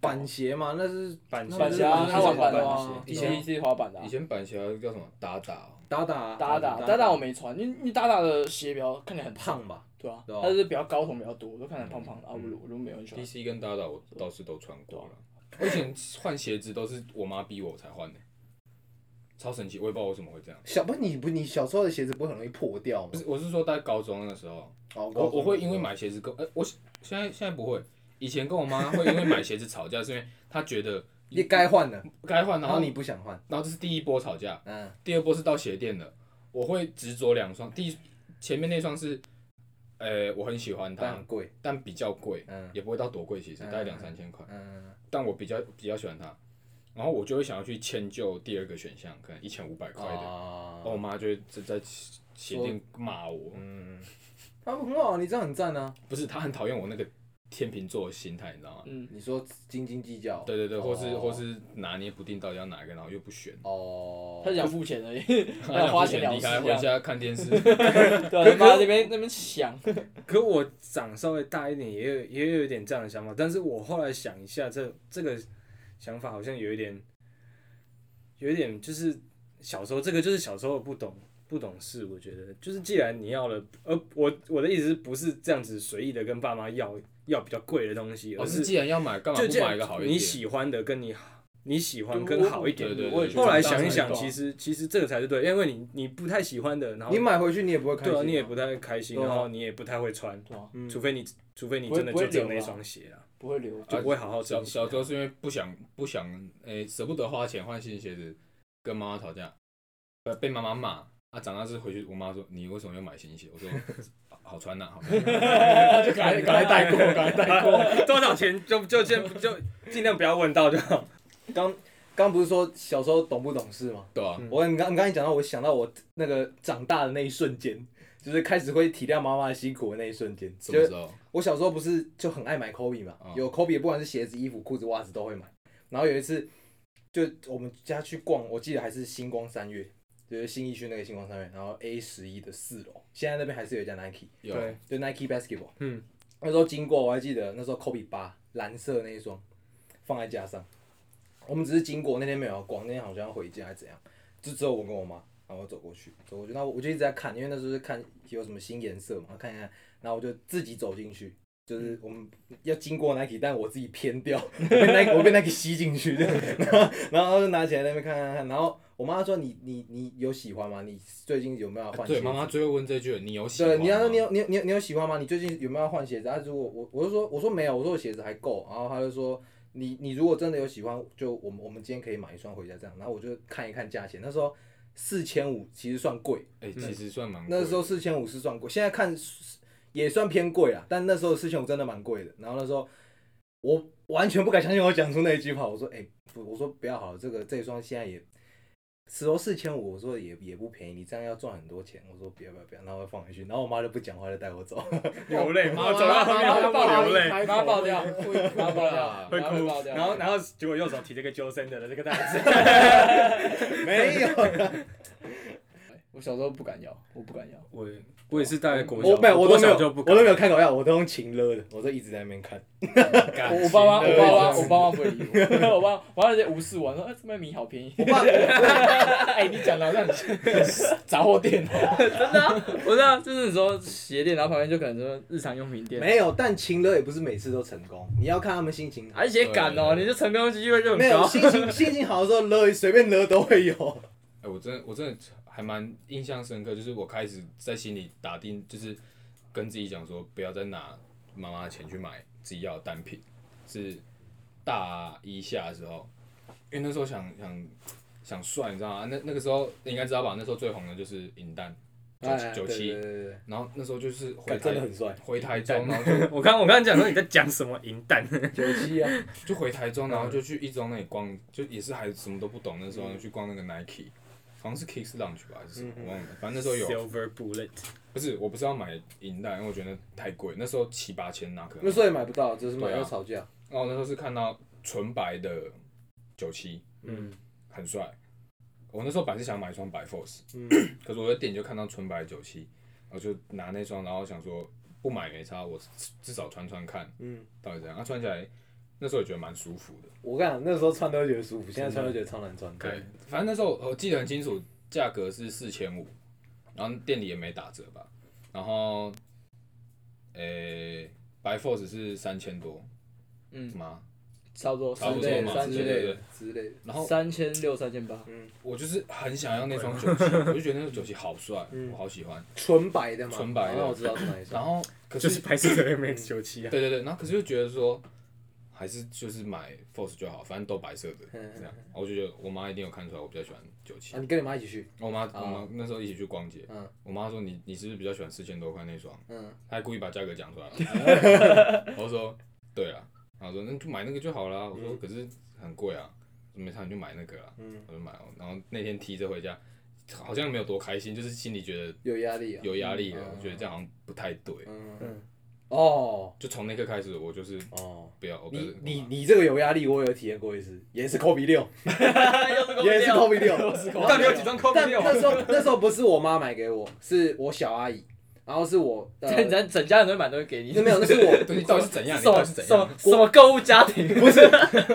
Speaker 4: 板鞋嘛，那是
Speaker 1: 板
Speaker 4: 那
Speaker 5: 板
Speaker 4: 是
Speaker 5: 鞋啊，
Speaker 4: 那
Speaker 5: 它
Speaker 4: 是
Speaker 5: 玩板
Speaker 1: 的
Speaker 5: 的
Speaker 1: 啊
Speaker 5: 啊
Speaker 4: 板
Speaker 2: 鞋
Speaker 5: ，DC 是滑板的啊
Speaker 2: 哦以。前板鞋叫什么达达哦，
Speaker 4: 打打
Speaker 5: 达达达达我没穿，因为因为达达的鞋比较看起来很胖，
Speaker 4: 胖吧？
Speaker 5: 对啊
Speaker 4: 对啊，
Speaker 5: 它就是比较高筒比较多，我都看起来胖
Speaker 2: 嗯
Speaker 5: 胖的啊，我我都没有很喜欢。
Speaker 2: DC 跟 Dada 我倒是都穿过了。我以前换鞋子都是我妈逼我才换的，超神奇，我也不知道为什么会这样。
Speaker 4: 小不，你不你小时候的鞋子不是很容易破掉吗
Speaker 2: 不？是，我是说在高中的时候，
Speaker 4: 哦
Speaker 2: 我我会因为，买鞋子跟哎、我现在现在不会，以前跟我妈会因为买鞋子吵架，是因为她觉得
Speaker 4: 你该换的，
Speaker 2: 该换，
Speaker 4: 然
Speaker 2: 然后
Speaker 4: 后
Speaker 2: 你
Speaker 4: 你不想换，
Speaker 2: 然后这是第一波吵架，
Speaker 4: 嗯，
Speaker 2: 第二波是到鞋店的，我会执着两双，第一前面那双是，呃，我很喜欢
Speaker 4: 但
Speaker 2: 它
Speaker 4: 很，贵，
Speaker 2: 但比较贵，
Speaker 4: 嗯
Speaker 2: 也不会到多贵，其实
Speaker 4: 嗯
Speaker 2: 大概两三千块，
Speaker 4: 嗯，
Speaker 2: 但我比较比较喜欢它，然后我就会想要去迁就第二个选项，可能一千五百块的，然后我
Speaker 4: 哦，
Speaker 2: 妈就会在在鞋店骂我，
Speaker 4: 嗯，啊，很好，你这样很赞啊。
Speaker 2: 不是，她很讨厌我那个天秤座的心态，你知道吗？
Speaker 5: 嗯，
Speaker 4: 你说斤斤计较，
Speaker 2: 对对对，或是
Speaker 4: 哦
Speaker 2: 或是拿捏不定到底要哪一个，然后又不选，
Speaker 4: 哦，
Speaker 5: 他想付钱而已，
Speaker 2: 她
Speaker 5: 要
Speaker 2: 想
Speaker 5: 花
Speaker 2: 付
Speaker 5: 钱
Speaker 2: 钱
Speaker 5: 了
Speaker 2: 离
Speaker 5: 事
Speaker 2: 开
Speaker 5: 这
Speaker 2: 回
Speaker 5: 样。
Speaker 2: 家看电视，
Speaker 5: 对啊，他妈那边那边想，
Speaker 1: 可我长稍微大一点，也有也有一点这样的想法，但是我后来想一下，这这个想法好像有一点，有一点就是小时候这个就是小时候不懂不懂事，我觉得就是既然你要了，而我我的意思是不是这样子随意的跟爸妈要要比较贵的东西，而
Speaker 2: 我哦是
Speaker 1: 是
Speaker 2: 既然要买，干嘛
Speaker 1: 就
Speaker 2: 不
Speaker 1: 这
Speaker 2: 买
Speaker 1: 样
Speaker 2: 一个好一点？
Speaker 1: 你喜欢的跟你你喜欢
Speaker 5: 对
Speaker 1: 跟
Speaker 5: 我
Speaker 1: 好一点
Speaker 2: 对
Speaker 1: 的。
Speaker 2: 对
Speaker 5: 我
Speaker 2: 对
Speaker 5: 也觉得
Speaker 1: 后来想一想，
Speaker 5: 这样才啊
Speaker 1: 其实其实这个才是对，因为你你不太喜欢的，然后
Speaker 4: 你买回去你也不会开心
Speaker 1: 对
Speaker 4: 啊，
Speaker 1: 啊，你也不太开心，
Speaker 4: 对啊
Speaker 1: 然后你也不太会穿，
Speaker 5: 对啊
Speaker 4: 嗯
Speaker 1: 除非你除非你
Speaker 5: 不会
Speaker 1: 真的
Speaker 5: 不
Speaker 1: 就
Speaker 5: 会
Speaker 1: 只有
Speaker 5: 留
Speaker 1: 那
Speaker 5: 啊
Speaker 1: 双鞋啊，
Speaker 5: 不会 留。
Speaker 1: 就不会好好
Speaker 2: 小
Speaker 1: 珍惜啊
Speaker 2: 小时候
Speaker 1: 它。
Speaker 2: 是因为不想不想，诶、舍不得花钱换新鞋子，跟妈妈吵架，呃，被妈妈骂。啊，长大是回去，我妈说你为什么要买新鞋？我说 好好穿呐、 好看。就赶快
Speaker 5: 哎
Speaker 2: 赶快带过，赶快带过。
Speaker 1: 多少钱就就先就尽量不要问到就好。
Speaker 4: 刚刚不是说小时候懂不懂事吗？
Speaker 2: 对啊，
Speaker 1: 嗯
Speaker 4: 我你刚你刚才讲到，我想到我那个长大的那一瞬间，就是开始会体谅妈妈的辛苦的那一瞬间。
Speaker 2: 什
Speaker 4: 就
Speaker 2: 么
Speaker 4: 是
Speaker 2: 时候？
Speaker 4: 我小时候不是就很爱买 Kobe 嘛，
Speaker 2: 嗯
Speaker 4: 有 Kobe 的不管是鞋子、衣服、裤子、袜子都会买。然后有一次，就我们家去逛，我记得还是星光三月，就是新义区那个星光三月，然后 A 十一的四楼，现在那边还是有一家 Nike，
Speaker 2: 有啊
Speaker 1: 对
Speaker 4: 就 Nike Basketball。
Speaker 1: 嗯，
Speaker 4: 那时候经过，我还记得那时候 Kobe 八蓝色那一双放在架上，我们只是经过，那天没有要逛，那天好像要回家还是怎样，就只有我跟我妈，然后我走过去，走过去，那我我就一直在看，因为那时候是看有什么新颜色嘛，看一看，然后我就自己走进去。就是我们要经过 Nike，但我自己偏掉，我被 Nike 我被 Nike 吸进去， 这样然后然后就拿起来在那边看看看，然后我妈说你你你有喜欢吗？你最近有没有要换鞋
Speaker 2: 对，
Speaker 4: 子？
Speaker 2: 妈妈最会问这句，你有喜欢吗？
Speaker 4: 对，你要说你有你有你有你有喜欢吗？你最近有没有要换鞋子？啊，如果我我就说我说没有，我说我鞋子还够，然后他就说你你如果真的有喜欢，就我们我们今天可以买一双回家这样，然后我就看一看价钱，那时候四千五其实算贵，
Speaker 2: 哎，其实算蛮贵
Speaker 4: 那
Speaker 2: 的
Speaker 4: 时候四千五是算贵，现在看是也算偏贵啦，但那时候四千五真的蛮贵的。然后那时候我完全不敢相信我讲出那一句话，我说哎、不，我说不要好了，这个这一双现在也石头四千五，我说也也不便宜，你这样要赚很多钱，我说不要不要不要，然后我放回去，然后我妈就不讲话就带我走，
Speaker 1: 流泪，
Speaker 2: 妈
Speaker 1: 我走到后面
Speaker 5: 妈妈
Speaker 1: 我
Speaker 5: 妈
Speaker 1: 爆流 泪，
Speaker 5: 妈妈爆掉，妈妈爆
Speaker 2: 啊
Speaker 5: 掉，
Speaker 1: 会
Speaker 5: 妈妈爆
Speaker 1: 哭，
Speaker 5: 掉。
Speaker 1: 然后然后结果右手提着个救生的这个袋子，
Speaker 4: 没有，
Speaker 5: 我小时候不敢摇，我不敢摇。
Speaker 1: 我我也是大概国小，
Speaker 4: 我没有我都
Speaker 1: 国
Speaker 4: 没
Speaker 1: 小
Speaker 4: 有
Speaker 1: 就不
Speaker 4: 我
Speaker 1: 敢
Speaker 4: 都没有看狗要，我都用情勒的，我都一直在那边看，
Speaker 2: 感
Speaker 5: 我我
Speaker 2: 情
Speaker 5: 爸妈，
Speaker 2: 的
Speaker 5: 我爸
Speaker 2: 问
Speaker 5: 妈，
Speaker 2: 题
Speaker 5: 我爸妈不会理我，我爸我爸直接无视我，说哎，这边米好便宜。
Speaker 4: 我爸
Speaker 5: 哎，你讲的好像你是 杂货店哦，真的、啊， 我知道，就是说鞋店，然后旁边就可能说日常用品店，
Speaker 4: 没有，但情勒也不是每次都成功，你要看他们心情。
Speaker 5: 而且敢哦，
Speaker 2: 对对对
Speaker 5: 你就成功机会就
Speaker 4: 没
Speaker 5: 很
Speaker 4: 有
Speaker 5: 高。
Speaker 4: 心情心情好的时候勒随便勒都会有。
Speaker 2: 哎、我真的我真的还蛮印象深刻，就是我开始在心里打定，就是跟自己讲说，不要再拿妈妈的钱去买自己要的单品。是大一下的时候，因为那时候想想想帅，你知道吗？那那个时候你应该知道吧？那时候最红的就是银弹九七九七，
Speaker 4: 哎
Speaker 2: 然后那时候就是回
Speaker 4: 干真的
Speaker 2: 台
Speaker 4: 很帅，
Speaker 2: 回台中，然后就
Speaker 1: 我刚我刚刚讲说你在讲什么银 弹，
Speaker 4: 九七 啊，
Speaker 2: 就回台中，
Speaker 4: 嗯
Speaker 2: 然后就去一中那里逛，就也是还什么都不懂，那时候去逛那个 Nike，好像是 Kicks Lounge 吧还是什
Speaker 4: 嗯
Speaker 2: 么，我忘了，反正那时候有啊
Speaker 1: Silver Bullet，
Speaker 2: 不是，我不是要买银弹，因为我觉得太贵，那时候七八千那可能
Speaker 4: 那。时候也买不到，只是买
Speaker 2: 对
Speaker 4: 到
Speaker 2: 啊
Speaker 4: 吵架。
Speaker 2: 然后我那时候是看到纯白的九七，
Speaker 1: 嗯，
Speaker 2: 很帅。我那时候本来是想买一双白 Force，、
Speaker 4: 嗯
Speaker 2: 可是我在店里就看到纯白九七，我就拿那双，然后想说不买没差，我至少穿穿看
Speaker 4: 嗯，
Speaker 2: 到底怎样。啊，穿起来那时候也觉得蛮舒服的。
Speaker 4: 我跟你讲，那时候穿都觉得舒服，现在穿都觉得超难穿。
Speaker 2: 对，反正那时候我记得很清楚，价格是四千五，然后店里也没打折吧。然后，诶、白 Force 是三千多，
Speaker 5: 嗯，
Speaker 2: 吗？
Speaker 5: 差不多，
Speaker 2: 差不
Speaker 5: 三
Speaker 2: 多
Speaker 5: 千
Speaker 2: 嘛
Speaker 5: 三
Speaker 4: 之
Speaker 5: 千
Speaker 2: 对
Speaker 4: 类
Speaker 2: 对
Speaker 4: 的
Speaker 2: 对
Speaker 4: 之类的。嗯
Speaker 2: 然后
Speaker 5: 三千六、三千 八，
Speaker 2: 我就是很想要那双九七，我就觉得那个九七好帅，
Speaker 4: 嗯
Speaker 2: 我好喜欢。
Speaker 4: 纯白的嘛，哦
Speaker 2: 纯白的
Speaker 4: 那我知道是哪一
Speaker 2: 然
Speaker 4: 双。
Speaker 2: 后可
Speaker 1: 嗯就是是拍摄的 MX 九七啊，
Speaker 2: 对对对，然后可是就觉得说，还是就是买 Force 就好，反正都白色的
Speaker 4: 嗯
Speaker 2: 这样。我就觉得我妈一定有看出来我比较喜欢九七
Speaker 4: 啊，。你跟你妈一起去，
Speaker 2: 我妈我妈那时候一起去逛街
Speaker 4: 嗯，
Speaker 2: 我妈说你你是不是比较喜欢四千多块那双？
Speaker 4: 嗯，
Speaker 2: 她还故意把价格讲出来了。我说对啊，然后说那就买那个就好啦。我说可是很贵啊，没差你就买那个啊。我就买了，然后那天提着回家，好像没有多开心，就是心里觉得
Speaker 4: 有压力啊。
Speaker 2: 有压力了，
Speaker 4: 嗯
Speaker 2: 我觉得这样好像不太对。
Speaker 4: 嗯，
Speaker 1: 嗯，
Speaker 4: 哦
Speaker 2: 就从那刻开始，我就是
Speaker 4: 哦，
Speaker 2: 不要，我不要
Speaker 4: 你
Speaker 2: 这个
Speaker 4: 你你这个有压力，我有体验过一次，也是 Kobe 六，也是 Kobe 六，
Speaker 1: 到底有几张 c o p
Speaker 4: 但
Speaker 1: 六？
Speaker 4: 那时候那时候不是我妈买给我，是我小阿姨，然后是我，呃
Speaker 5: 整整整家人都会买东西给你，
Speaker 4: 那 没有，那是我
Speaker 2: 对你到底是怎样？你
Speaker 5: 什
Speaker 2: 到
Speaker 5: 么
Speaker 2: 底是啊怎
Speaker 5: 什
Speaker 2: 样
Speaker 5: 么？什么购物家庭？
Speaker 4: 不是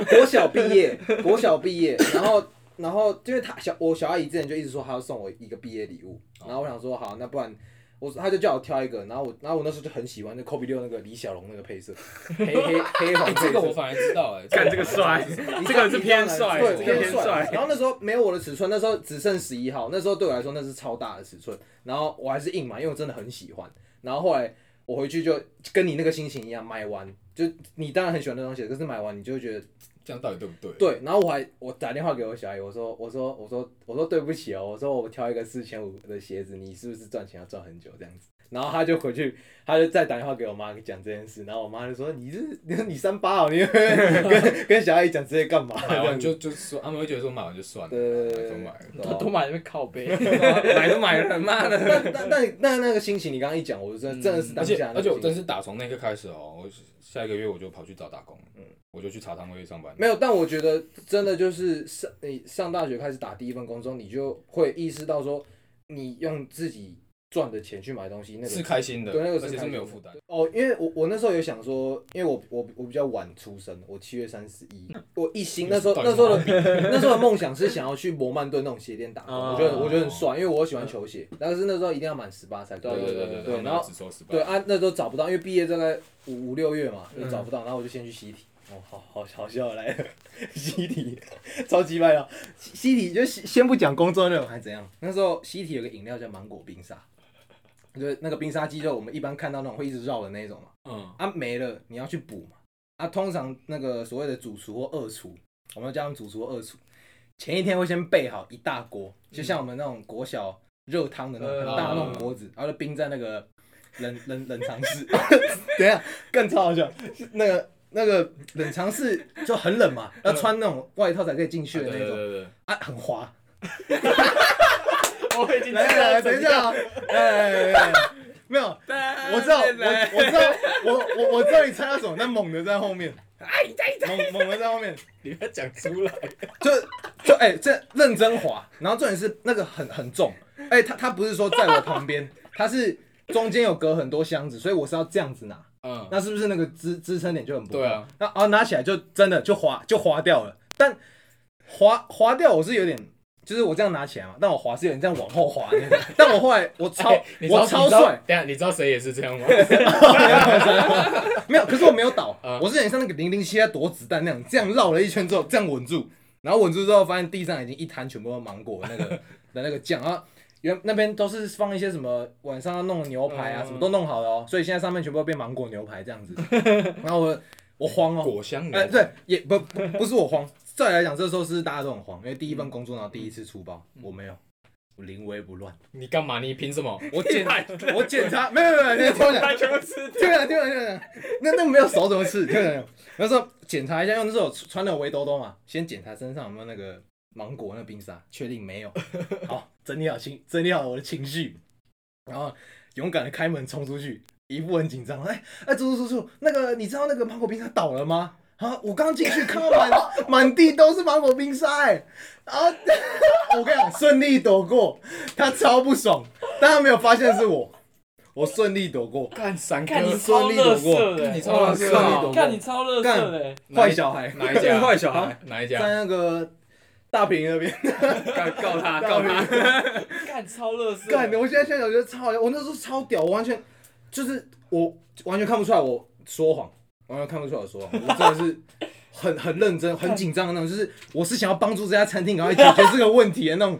Speaker 4: 国小毕业，国小毕业，然后然后因为他小我小阿姨之前就一直说她要送我一个毕业礼物，然后我想说好，那不然我她就叫我挑一个，然后我然后我那时候就很喜欢那 Kobe 六那个李小龙那个配色，黑黑黑黄
Speaker 2: 哎
Speaker 4: 配
Speaker 2: 这个我
Speaker 4: 色。
Speaker 2: 反而知道哎，
Speaker 1: 干这个帅，
Speaker 4: 你
Speaker 1: 这个是偏帅
Speaker 4: 对
Speaker 2: 这个
Speaker 4: 偏
Speaker 2: 偏
Speaker 4: 帅
Speaker 1: 帅。
Speaker 4: 然后那时候没有我的尺寸，那时候只剩十一号，那时候对我来说那是超大的尺寸。然后我还是硬买，因为我真的很喜欢。然后后来我回去就跟你那个心情一样，买完就你当然很喜欢那双鞋，可是买完你就会觉得
Speaker 2: 这样到底对不对？
Speaker 4: 对，然后我还我打电话给我小姨，我说我说我说我说对不起哦，我说我挑一个四千五的鞋子，你是不是赚钱要赚很久这样子？然后他就回去，他就再打电话给我妈讲这件事，然后我妈就说你是你三八哦，你 跟跟小阿姨讲这些干嘛？
Speaker 2: 买完
Speaker 4: 这样子
Speaker 2: 就就说，他们会觉得说买完就算了，
Speaker 4: 对对对对
Speaker 2: 都买了。
Speaker 4: 哦
Speaker 5: 多买那边靠 背，
Speaker 1: 买都买了，妈 的！
Speaker 4: 那那那那那个心情，你刚刚一讲，我真的真的是
Speaker 2: 而
Speaker 4: 当
Speaker 2: 且
Speaker 4: 下那
Speaker 2: 而
Speaker 4: 个
Speaker 2: 且
Speaker 4: 心情，
Speaker 2: 我真是打从那一刻开始哦，我下一个月我就跑去找打工，嗯，我就去茶汤会上班。
Speaker 4: 没有，但我觉得真的就是上你上大学开始打第一份工之后，你就会意识到说，你用自己赚的钱去买东西，那个
Speaker 2: 是开心的，
Speaker 4: 对那个是
Speaker 2: 而且
Speaker 4: 开
Speaker 2: 是
Speaker 4: 心
Speaker 2: 没有
Speaker 4: 的
Speaker 2: 负担。
Speaker 4: 哦，因为我我那时候有想说，因为我我我比较晚出生，我七月三十一，我一心那时候
Speaker 2: 到底
Speaker 4: 那时候 的那时候的梦想是想要去摩曼顿那种鞋店打工，
Speaker 1: 哦
Speaker 4: 我觉得我觉得很帅，因为我喜欢球鞋，但是那时候一定要满十八才可以。
Speaker 2: 对对
Speaker 4: 对
Speaker 2: 对，
Speaker 4: 然后
Speaker 2: 只收十八
Speaker 4: 对，啊，那时候找不到，因为毕业大概五五六月嘛，就找不到，然后我就先去西体。哦，好好好笑，来 西体， 超级卖了。西西体就先先不讲工作内容还怎样，那时候西体有个饮料叫芒果冰沙，就是那个冰沙机，就我们一般看到那种会一直绕的那种嘛。
Speaker 2: 嗯，
Speaker 4: 啊没了，你要去补嘛。啊，通常那个所谓的主厨或二厨，我们叫他们主厨或二厨，前一天会先备好一大锅，就像我们那种国小热汤的那
Speaker 2: 嗯
Speaker 4: 种很大的那种锅子，然后就冰在那个冷冷冷藏 室。等一下，更超好笑，是那个那个冷藏室就很冷嘛，要穿那种外套才可以进去的
Speaker 2: 嗯对
Speaker 4: 那
Speaker 2: 对
Speaker 4: 种，
Speaker 2: 对对，
Speaker 4: 啊，很滑。
Speaker 5: 我已经
Speaker 4: 来来来，等一下啊， 哎，哎哎没有，我知道，我我知道，我我我知道你猜到什么，但猛的在后面，猛猛的在后面，
Speaker 2: 你不要讲出来。
Speaker 4: 就就哎、这认真滑，然后重点是那个很很重，哎、他他不是说在我旁边，他是中间有隔很多箱子，所以我是要这样子拿，
Speaker 2: 嗯，
Speaker 4: 那是不是那个支支撑点就很不够？
Speaker 2: 对啊，
Speaker 4: 那然后拿起来就真的就滑就滑掉了，但滑滑掉我是有点。就是我这样拿起来嘛，但我滑是有点这样往后滑那种，但我后来我超、
Speaker 2: 哎你知道
Speaker 4: 我超
Speaker 2: 你知道
Speaker 4: 帅，
Speaker 2: 等一下你知道谁也是这 样吗？
Speaker 4: 没有，可是我没有倒，
Speaker 2: 嗯
Speaker 4: 我是很像那个零零七在躲子弹那样，这样绕了一圈之后，这样稳住，然后稳住之后，发现地上已经一滩全部都芒果 的那个的那个酱，然后原那边都是放一些什么晚上要弄的牛排啊，
Speaker 5: 嗯
Speaker 4: 什么都弄好了哦，所以现在上面全部都变芒果牛排 这样子，然后我我慌哦，
Speaker 2: 果香
Speaker 4: 哎、
Speaker 2: 的，
Speaker 4: 对，也不不不是我慌，再来讲这时候是大家都很慌，因为第一份工作然后第一次出包，
Speaker 2: 嗯
Speaker 4: 我没有，我临危不乱，
Speaker 2: 你干嘛？你凭什么？
Speaker 4: 我检我检查，没有没有没有，你听我讲，
Speaker 5: 全部吃
Speaker 4: 对啊，对啊，对啊，那那没有手怎么吃？对啊，那时候检查一下，因为那时候我穿了围兜兜嘛，先检查身上有没有那个芒果那个冰沙，确定没有，好，整理好情，整理好我的情绪，然后勇敢的开门冲出去，一副很紧张，哎哎，叔叔叔叔，那个你知道那个芒果冰沙倒了吗？啊！我刚进去看到满满地都是芒果冰沙、哎，然后 我跟你讲，顺利躲过，他超不爽，但他没有发现是我，我顺利躲过，
Speaker 2: 干三
Speaker 5: 看你
Speaker 2: 哥，
Speaker 5: 超乐色
Speaker 2: 干
Speaker 5: 的
Speaker 2: 你
Speaker 5: 欸，
Speaker 2: 超垃圾
Speaker 4: 哇
Speaker 2: 的，
Speaker 4: 靠
Speaker 5: 看你超乐色的欸，
Speaker 4: 坏小孩，
Speaker 2: 哪一家？
Speaker 1: 坏小孩，
Speaker 2: 哪一
Speaker 4: 在
Speaker 2: 家？
Speaker 4: 那个大平那边，
Speaker 1: 告告他
Speaker 4: 大
Speaker 1: 告
Speaker 4: 平
Speaker 1: 他，
Speaker 5: 看超乐色。
Speaker 4: 干的！我现在现在我觉得超好笑，我那时候超屌，我完全就是我完全看不出来我说谎，完全看不出来我说谎，我真的是很很认真、很紧张的那种，就是我是想要帮助这家餐厅赶快解决这个问题的那种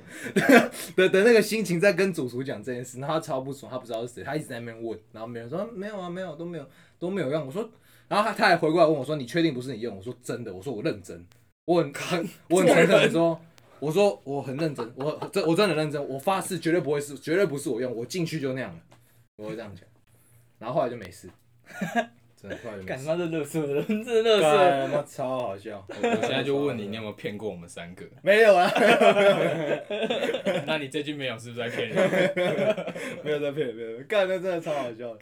Speaker 4: 的的那个心情，在跟主厨讲这件事，然后他超不爽，他不知道是谁，他一直在那边问，然后没人说没有啊，没有都没有都没有用，我说，然后他他还回过来问我说你确定不是你用？我说真的，我说我认真，我很 很我很诚恳的说。我说我很认真，我我真我真的很认真，我发誓绝对不会是，绝对不是我用，我进去就那样了，我会这样讲。然后后来就没事， 真的后来就没
Speaker 5: 干
Speaker 4: 事。
Speaker 5: 他妈的乐色的人，真的乐色。
Speaker 4: 干他妈超好 笑，
Speaker 2: 我我现在就问你，你有没有骗过我们三 个？
Speaker 4: 没有啊，
Speaker 2: 那你这句没有，是不是在骗人？
Speaker 4: 没有在骗，没有，干那真的超好笑，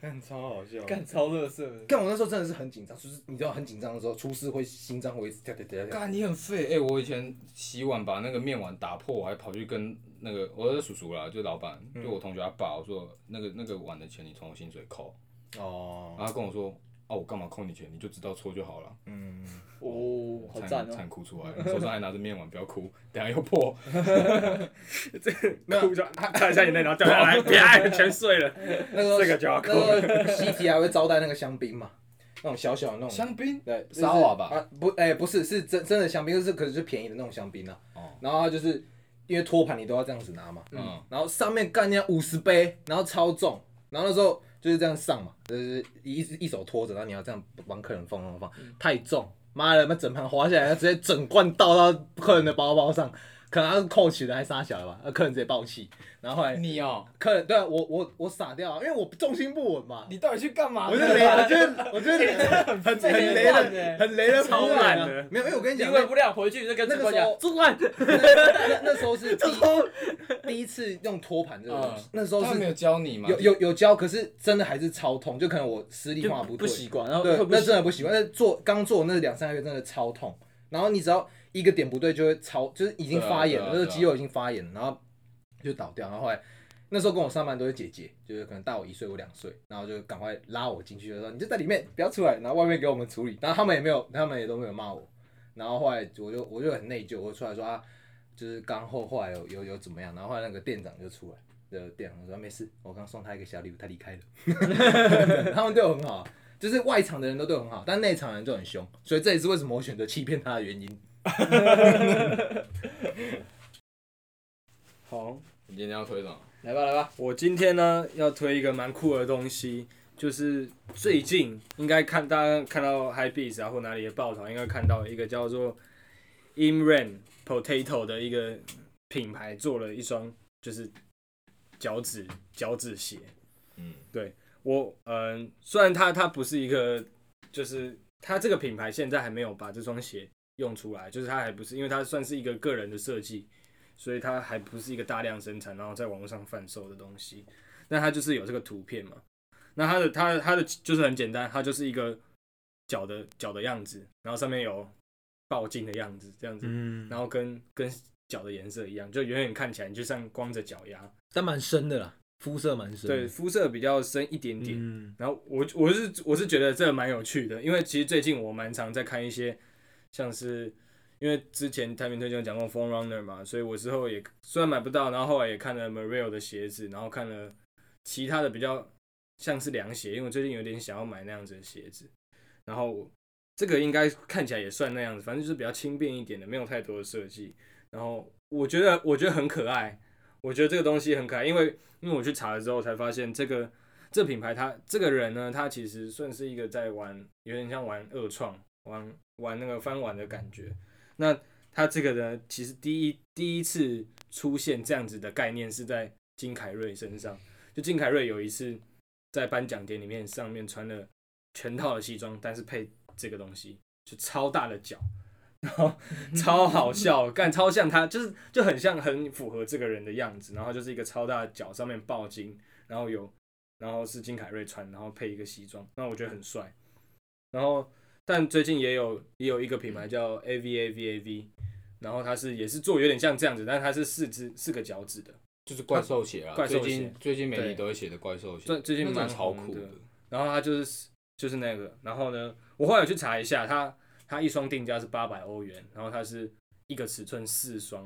Speaker 4: 干超好笑。
Speaker 5: 干超乐色的，
Speaker 4: 干我那时候真的是很紧张，就是你知道很紧张的时候，出事会心脏会一直跳跳跳跳跳。
Speaker 2: 干，你很废。哎、我以前洗碗把那个面碗打破，我还跑去跟那个我的叔叔啦，就老板，就我同学他爸，我说那个那个碗的钱你从我薪水扣，然
Speaker 4: 哦，
Speaker 2: 后他跟我说。哦，我干嘛扣你钱？你就知道错就好了。
Speaker 4: 嗯，
Speaker 5: 哦，好
Speaker 2: 惨
Speaker 5: 赞哦！
Speaker 2: 惨哭出来了，手上还拿着面碗，不要哭，等下又破。
Speaker 1: 哭就擦一下眼泪，然后掉下来，啪，全碎了。
Speaker 4: 那时候
Speaker 1: 这个就要
Speaker 4: 那时候西提还会招待那个香槟嘛，那种小小的那种
Speaker 2: 香槟，
Speaker 4: 嗯对，就是
Speaker 2: 沙瓦吧哦
Speaker 4: 啊，不，哎、不是，是真真的香槟，就是可是就便宜的那种香槟啊。
Speaker 2: 哦
Speaker 4: 然后它就是因为托盘你都要这样子拿嘛，
Speaker 2: 嗯，
Speaker 4: 然后上面干掉五十杯，然后超重，然后那时候就是这样上嘛，就是一一手拖着，然后你要这样帮客人放放
Speaker 2: 嗯
Speaker 4: 放，太重，妈的，那整盘滑下来，直接整罐倒到客人的包包上。可能他是 coach 的还是啥小的吧，那呃客人直接爆气，然后后来
Speaker 2: 你
Speaker 5: 哎
Speaker 2: 哦，
Speaker 4: 客人对啊我我我傻掉啊，因为我重心不稳嘛，
Speaker 2: 你到底去干
Speaker 5: 啊
Speaker 2: 嘛？
Speaker 4: 我就雷，我觉得我 觉得很很雷
Speaker 5: 很
Speaker 4: 的，
Speaker 5: 烂欸
Speaker 4: 很雷的服务员啊
Speaker 1: 超烂的
Speaker 4: 没有，因为我跟你
Speaker 5: 行
Speaker 4: 讲，
Speaker 5: 为不良，回去就跟
Speaker 4: 那
Speaker 5: 主
Speaker 4: 个
Speaker 5: 管
Speaker 4: 时候
Speaker 5: 讲，主管，
Speaker 4: 那那时候是第一第一次用托盘这个东
Speaker 5: 嗯
Speaker 4: 西，那时候
Speaker 2: 他
Speaker 4: 是
Speaker 2: 没有教你嘛？
Speaker 4: 有有有教，可是真的还是超痛，就可能我实力画
Speaker 5: 就
Speaker 4: 对
Speaker 5: 不，习惯，然后
Speaker 4: 对
Speaker 5: 会，不
Speaker 4: 那
Speaker 5: 习
Speaker 4: 真的不习惯。那做刚做那两三个月真的超痛，然后你只要一个点不对，就会超，就是已经发炎了，
Speaker 2: 对啊对啊
Speaker 4: 就是
Speaker 2: 对啊
Speaker 4: 肌肉已经发炎了，然后就倒掉。然后后来那时候跟我上班都是姐姐，就是可能大我一岁，我两岁，然后就赶快拉我进去，就说你就在里面，不要出来，然后外面给我们处理。然后他们也没有，他们也都没有骂我。然后后来我就我就很内疚，我出来说啊，就是刚后后来有有有怎么样，然后后来那个店长就出来。的店长说没事，我刚送他一个小礼物，他离开了。 他们对我很好啊、就是外场的人都对我很好，但内场的人就很凶，所以这也是为什么我选择欺骗他的原因。
Speaker 1: 好，
Speaker 2: 你今天要推什么？
Speaker 5: 来吧来吧，
Speaker 1: 我今天呢要推一个蛮酷的东西，就是最近应该看大家看到 High Beats 啊或哪里的报道，应该看到一个叫做 Imran Potato 的一个品牌做了一双就是脚趾脚趾鞋。
Speaker 2: 嗯，
Speaker 1: 我嗯、虽然它它不是一个，就是它这个品牌现在还没有把这双鞋用出来，就是它还不是，因为它算是一个个人的设计，所以它还不是一个大量生产，然后在网络上贩售的东西。那它就是有这个图片嘛，那它的它的它的就是很简单，它就是一个脚的脚的样子，然后上面有抱镜的样子这样子，
Speaker 4: 嗯，
Speaker 1: 然后跟跟脚的颜色一样，就远远看起来你就像光着脚丫，
Speaker 4: 但蛮深的啦，肤色蛮深的。
Speaker 1: 对，肤色比较深一点点。
Speaker 4: 嗯，
Speaker 1: 然后我我是我是觉得这蛮有趣的，因为其实最近我蛮常在看一些像是。因为之前台明推荐讲过 Phone Runner 嘛，所以我之后也虽然买不到，然后后来也看了 Mario 的鞋子，然后看了其他的比较像是凉鞋，因为我最近有点想要买那样子的鞋子。然后这个应该看起来也算那样子，反正就是比较轻便一点的，没有太多的设计。然后我觉得我觉得很可爱，我觉得这个东西很可爱，因为因为我去查了之后才发现这个这品牌它这个人呢，他其实算是一个在玩，有点像玩二创，玩玩那个翻玩的感觉。那他这个呢，其实第一第一次出现这样子的概念是在金凯瑞身上。就金凯瑞有一次在颁奖典礼面上面穿了全套的西装，但是配这个东西，就超大的脚，然后超好笑，干超像他，就是就很像很符合这个人的样子，然后就是一个超大的脚上面抱金，然后有然后是金凯瑞穿，然后配一个西装，那我觉得很帅。然后，但最近也有也有一个品牌叫 A V A V A V，然后它是也是做有点像这样子，但它是四只四个脚趾的。
Speaker 2: 就是怪兽鞋啊，
Speaker 1: 怪兽鞋
Speaker 2: 最近最近媒
Speaker 1: 对
Speaker 2: 体都会写的怪兽鞋
Speaker 1: 最，最近
Speaker 2: 那
Speaker 1: 蛮
Speaker 2: 种超
Speaker 1: 红
Speaker 2: 酷
Speaker 1: 的
Speaker 2: 的。
Speaker 1: 然后它就是就是那个，然后呢，我后来有去查一下，它它一双定价是八百欧元，然后它是一个尺寸四双，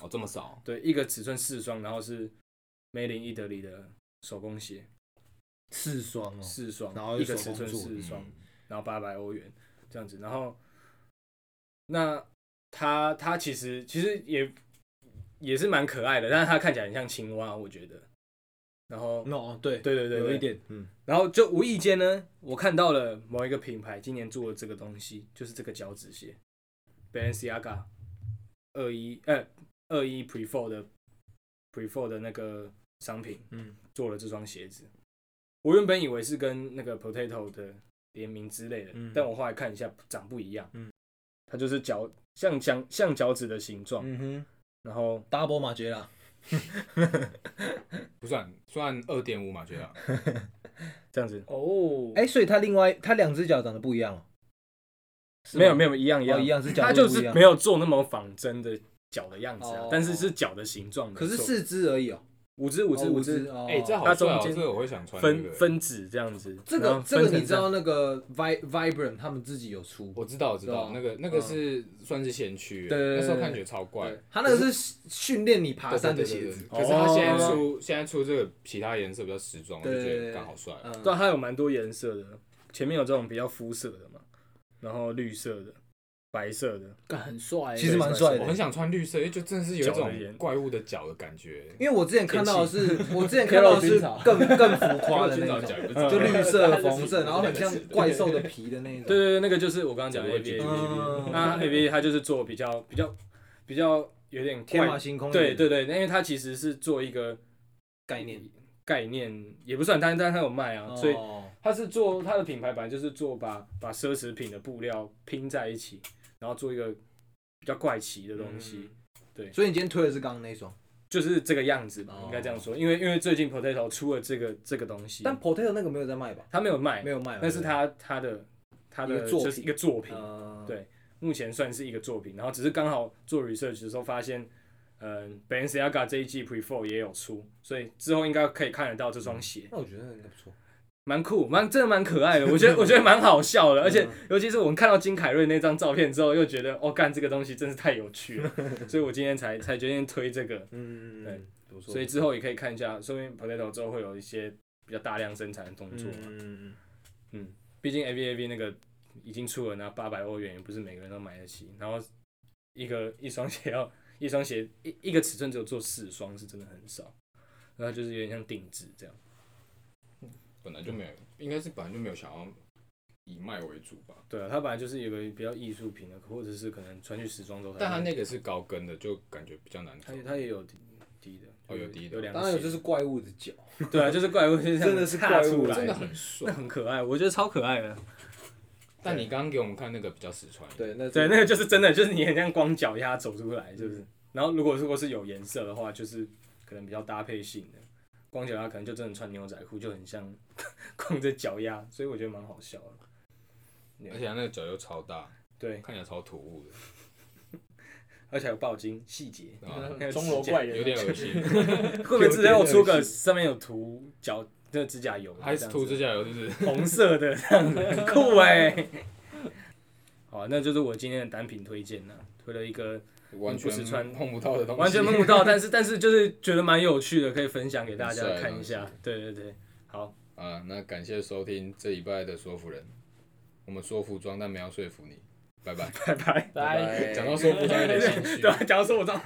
Speaker 2: 哦，这么少？
Speaker 1: 对，一个尺寸四双，然后是梅林意德里的手工鞋
Speaker 4: 四双哦，
Speaker 1: 四双，
Speaker 4: 然后
Speaker 1: 一
Speaker 4: 是
Speaker 1: 个
Speaker 4: 手
Speaker 1: 尺
Speaker 4: 工
Speaker 1: 寸
Speaker 4: 做的
Speaker 1: 四双
Speaker 2: 嗯，
Speaker 1: 然后八百欧元这样子，然后那它它其实其实也也是蛮可爱的，但是它看起来很像青蛙，我觉得。然后
Speaker 4: 哦，对，
Speaker 1: 对对对
Speaker 4: 有
Speaker 1: 对
Speaker 4: 一点，嗯，
Speaker 1: 然后就无意间呢，我看到了某一个品牌今年做的这个东西，就是这个脚趾鞋，Balenciaga 二一呃二一 Prefor 的 Prefor 的那个商品，
Speaker 4: 嗯，
Speaker 1: 做了这双鞋子。我原本以为是跟那个 Potato 的联名之类的，
Speaker 4: 嗯
Speaker 1: 但我后来看一下长不一样，
Speaker 4: 嗯，
Speaker 1: 它就是脚像脚像脚趾的形状，
Speaker 4: 嗯哼
Speaker 1: 然后
Speaker 4: ，double 马杰拉，
Speaker 2: 不算，算二点五嘛，觉得。
Speaker 1: 这样子，
Speaker 5: 哦，
Speaker 4: 哎，所以他另外他两只脚长得不一样哦，是吗
Speaker 1: 没有没有一样一
Speaker 4: 哦
Speaker 1: 样
Speaker 4: 一样是角
Speaker 1: 它
Speaker 4: 度
Speaker 1: 就
Speaker 4: 不一
Speaker 1: 是
Speaker 4: 样
Speaker 1: 没有做那么仿真的脚的样子啊，
Speaker 5: 哦
Speaker 1: 但是是脚的形状没
Speaker 4: 可
Speaker 1: 错。
Speaker 4: 是四只而已哦，
Speaker 1: 五只五只
Speaker 4: 哦
Speaker 1: 五
Speaker 4: 五
Speaker 1: 只
Speaker 4: 只，哦，
Speaker 2: 哎，这
Speaker 1: 它
Speaker 2: 好
Speaker 1: 中
Speaker 2: 帅哦，
Speaker 1: 间
Speaker 2: 这个我会想穿那
Speaker 1: 分
Speaker 2: 个。
Speaker 1: 分子这样子。
Speaker 4: 这
Speaker 1: 然后
Speaker 4: 个这
Speaker 1: 分
Speaker 4: 个
Speaker 1: 成
Speaker 4: 你知
Speaker 1: 样
Speaker 4: 道那个 vi vibrant 他们自己有出，
Speaker 2: 我知道，我知道，
Speaker 4: 对啊
Speaker 2: 那个那个是算是先驱，
Speaker 4: 对对对对
Speaker 2: 那时候看觉得超怪
Speaker 4: 对。他那个是训练你爬山的鞋子，
Speaker 2: 对对对对对可是他现在
Speaker 1: 哦
Speaker 2: 出现在出这个其他颜色比较时装，我就
Speaker 4: 对对
Speaker 2: 觉
Speaker 4: 对
Speaker 2: 得
Speaker 4: 对
Speaker 2: 刚好帅哦。
Speaker 4: 嗯，
Speaker 1: 对啊，它有蛮多颜色的，前面有这种比较肤色的嘛，然后绿色的、白色的，
Speaker 5: 干很帅欸，
Speaker 4: 其实蛮帅
Speaker 2: 我
Speaker 4: 的
Speaker 2: 很。想穿绿色，因为就真的是有一
Speaker 1: 脚的颜
Speaker 2: 种怪物的脚的感觉。
Speaker 4: 因为我之前看到的是，我之前看到的是
Speaker 5: Carol
Speaker 4: 更更浮夸的
Speaker 2: 因为
Speaker 4: 那
Speaker 2: 我今早
Speaker 4: 种
Speaker 2: 脚，也不是
Speaker 4: 就绿色、红色，
Speaker 2: 对
Speaker 4: 然后很像怪兽的皮的那种。
Speaker 1: 对对对，那个就是我刚刚讲的 A
Speaker 2: 讲的
Speaker 1: B A。
Speaker 4: 嗯
Speaker 1: 那 A B A 它就是做比较比较比较有点
Speaker 6: 天马
Speaker 1: 怪
Speaker 6: 行空一
Speaker 1: 对
Speaker 6: 点。
Speaker 1: 对对，因为它其实是做一个
Speaker 6: 概念
Speaker 1: 概念，也不算，但但它有卖啊，所以
Speaker 6: 哦
Speaker 1: 它是做它的品牌本来就是做把把奢侈品的布料拼在一起，然后做一个比较怪奇的东
Speaker 6: 嗯
Speaker 1: 西，
Speaker 6: 所以你今天推的是刚刚那一双，
Speaker 1: 就是这个样子吧，
Speaker 6: 哦
Speaker 1: 应该这样说。因为因为最近 Potato 出了这个这个东西，
Speaker 6: 但 Potato 那个没有在卖吧？
Speaker 1: 它没有卖，
Speaker 6: 没有卖嘛，
Speaker 1: 那是
Speaker 6: 对
Speaker 1: 它它的它
Speaker 6: 一
Speaker 1: 的
Speaker 6: 个作
Speaker 1: 就
Speaker 6: 品
Speaker 1: 是一个作
Speaker 6: 不
Speaker 1: 品
Speaker 6: 对，呃
Speaker 1: 对目前算是一个作品。然后只是刚好做 research 的时候发现，嗯、b a l e n c i a g a 这一季 Prefor 也有出，所以之后应该可以看得到这双鞋。
Speaker 6: 那我觉得那个不错。
Speaker 1: 蛮酷，蛮真的蛮可爱的，我觉得我觉得蛮好笑 的，而且尤其是我们看到金凯瑞那张照片之后，又觉得哦，干这个东西真是太有趣了，所以我今天才才决定推这个，
Speaker 6: 嗯，
Speaker 1: 对，
Speaker 6: 不错。
Speaker 1: 所以之后也可以看一下，说明 Potato 之后会有一些比较大量生产的动作，
Speaker 6: 嗯，
Speaker 1: 毕竟 A V A V 那个已经出了，那八百欧元也不是每个人都买得起，然后一个一双鞋要一双鞋一一个尺寸只有做四双是真的很少，然后就是有点像定制这样，
Speaker 2: 本来就没有，应该是本来就没有想要以卖为主吧。
Speaker 1: 对啊，它本来就是有个比较艺术品的，或者是可能穿去时装周才会，
Speaker 2: 但它那个是高跟的，就感觉比较难
Speaker 1: 它
Speaker 2: 走。
Speaker 1: 也它也有低低的，
Speaker 2: 哦有低的
Speaker 1: 有两
Speaker 6: 当然有
Speaker 1: 个
Speaker 6: 就
Speaker 1: 鞋，
Speaker 6: 是怪物的脚，
Speaker 1: 对啊，就是怪 物，就是这样
Speaker 6: 真的是怪
Speaker 1: 踏
Speaker 6: 物
Speaker 1: 出来，
Speaker 2: 真的很帅
Speaker 1: 那。很可爱，我觉得超可爱的。
Speaker 2: 但你刚刚给我们看那个比较实穿，，
Speaker 6: 对，那
Speaker 1: 对，那个就是真的，就是你很像光脚丫走出来，是不是？然后如果如果是有颜色的话，就是可能比较搭配性的。光脚丫可能就真的穿牛仔裤，就很像 光着脚丫，所以我觉得蛮好笑的。
Speaker 2: 而且它那个脚又超大，
Speaker 1: 对，
Speaker 2: 看起来超突兀的，
Speaker 1: 而且还有爆金细节，
Speaker 2: 对吧
Speaker 1: 还有
Speaker 5: 欸 钟楼
Speaker 1: 指甲
Speaker 5: 怪人啊
Speaker 2: 有点恶 心。
Speaker 1: 会不会之前有出个上面有涂脚那个指甲油，
Speaker 2: 还是涂指
Speaker 1: 这样
Speaker 2: 甲油，就是
Speaker 1: 子红色的这样子，很酷哎、好，那就是我今天的单品推荐了，推了一个
Speaker 2: 完
Speaker 1: 不实穿
Speaker 2: 全碰不到的东西，
Speaker 1: 完全摸不到，但是但是就是觉得蛮有趣的，可以分享给大家
Speaker 2: 很帅
Speaker 1: 看一下
Speaker 2: 很帅。
Speaker 1: 对对对，好，
Speaker 2: 啊，那感谢收听这礼拜的说服人，我们说服装，但没有说服你，拜拜。
Speaker 1: 拜拜。啊
Speaker 5: 来。
Speaker 2: 讲到说服装有点心虚
Speaker 1: 对。啊，假如说我这样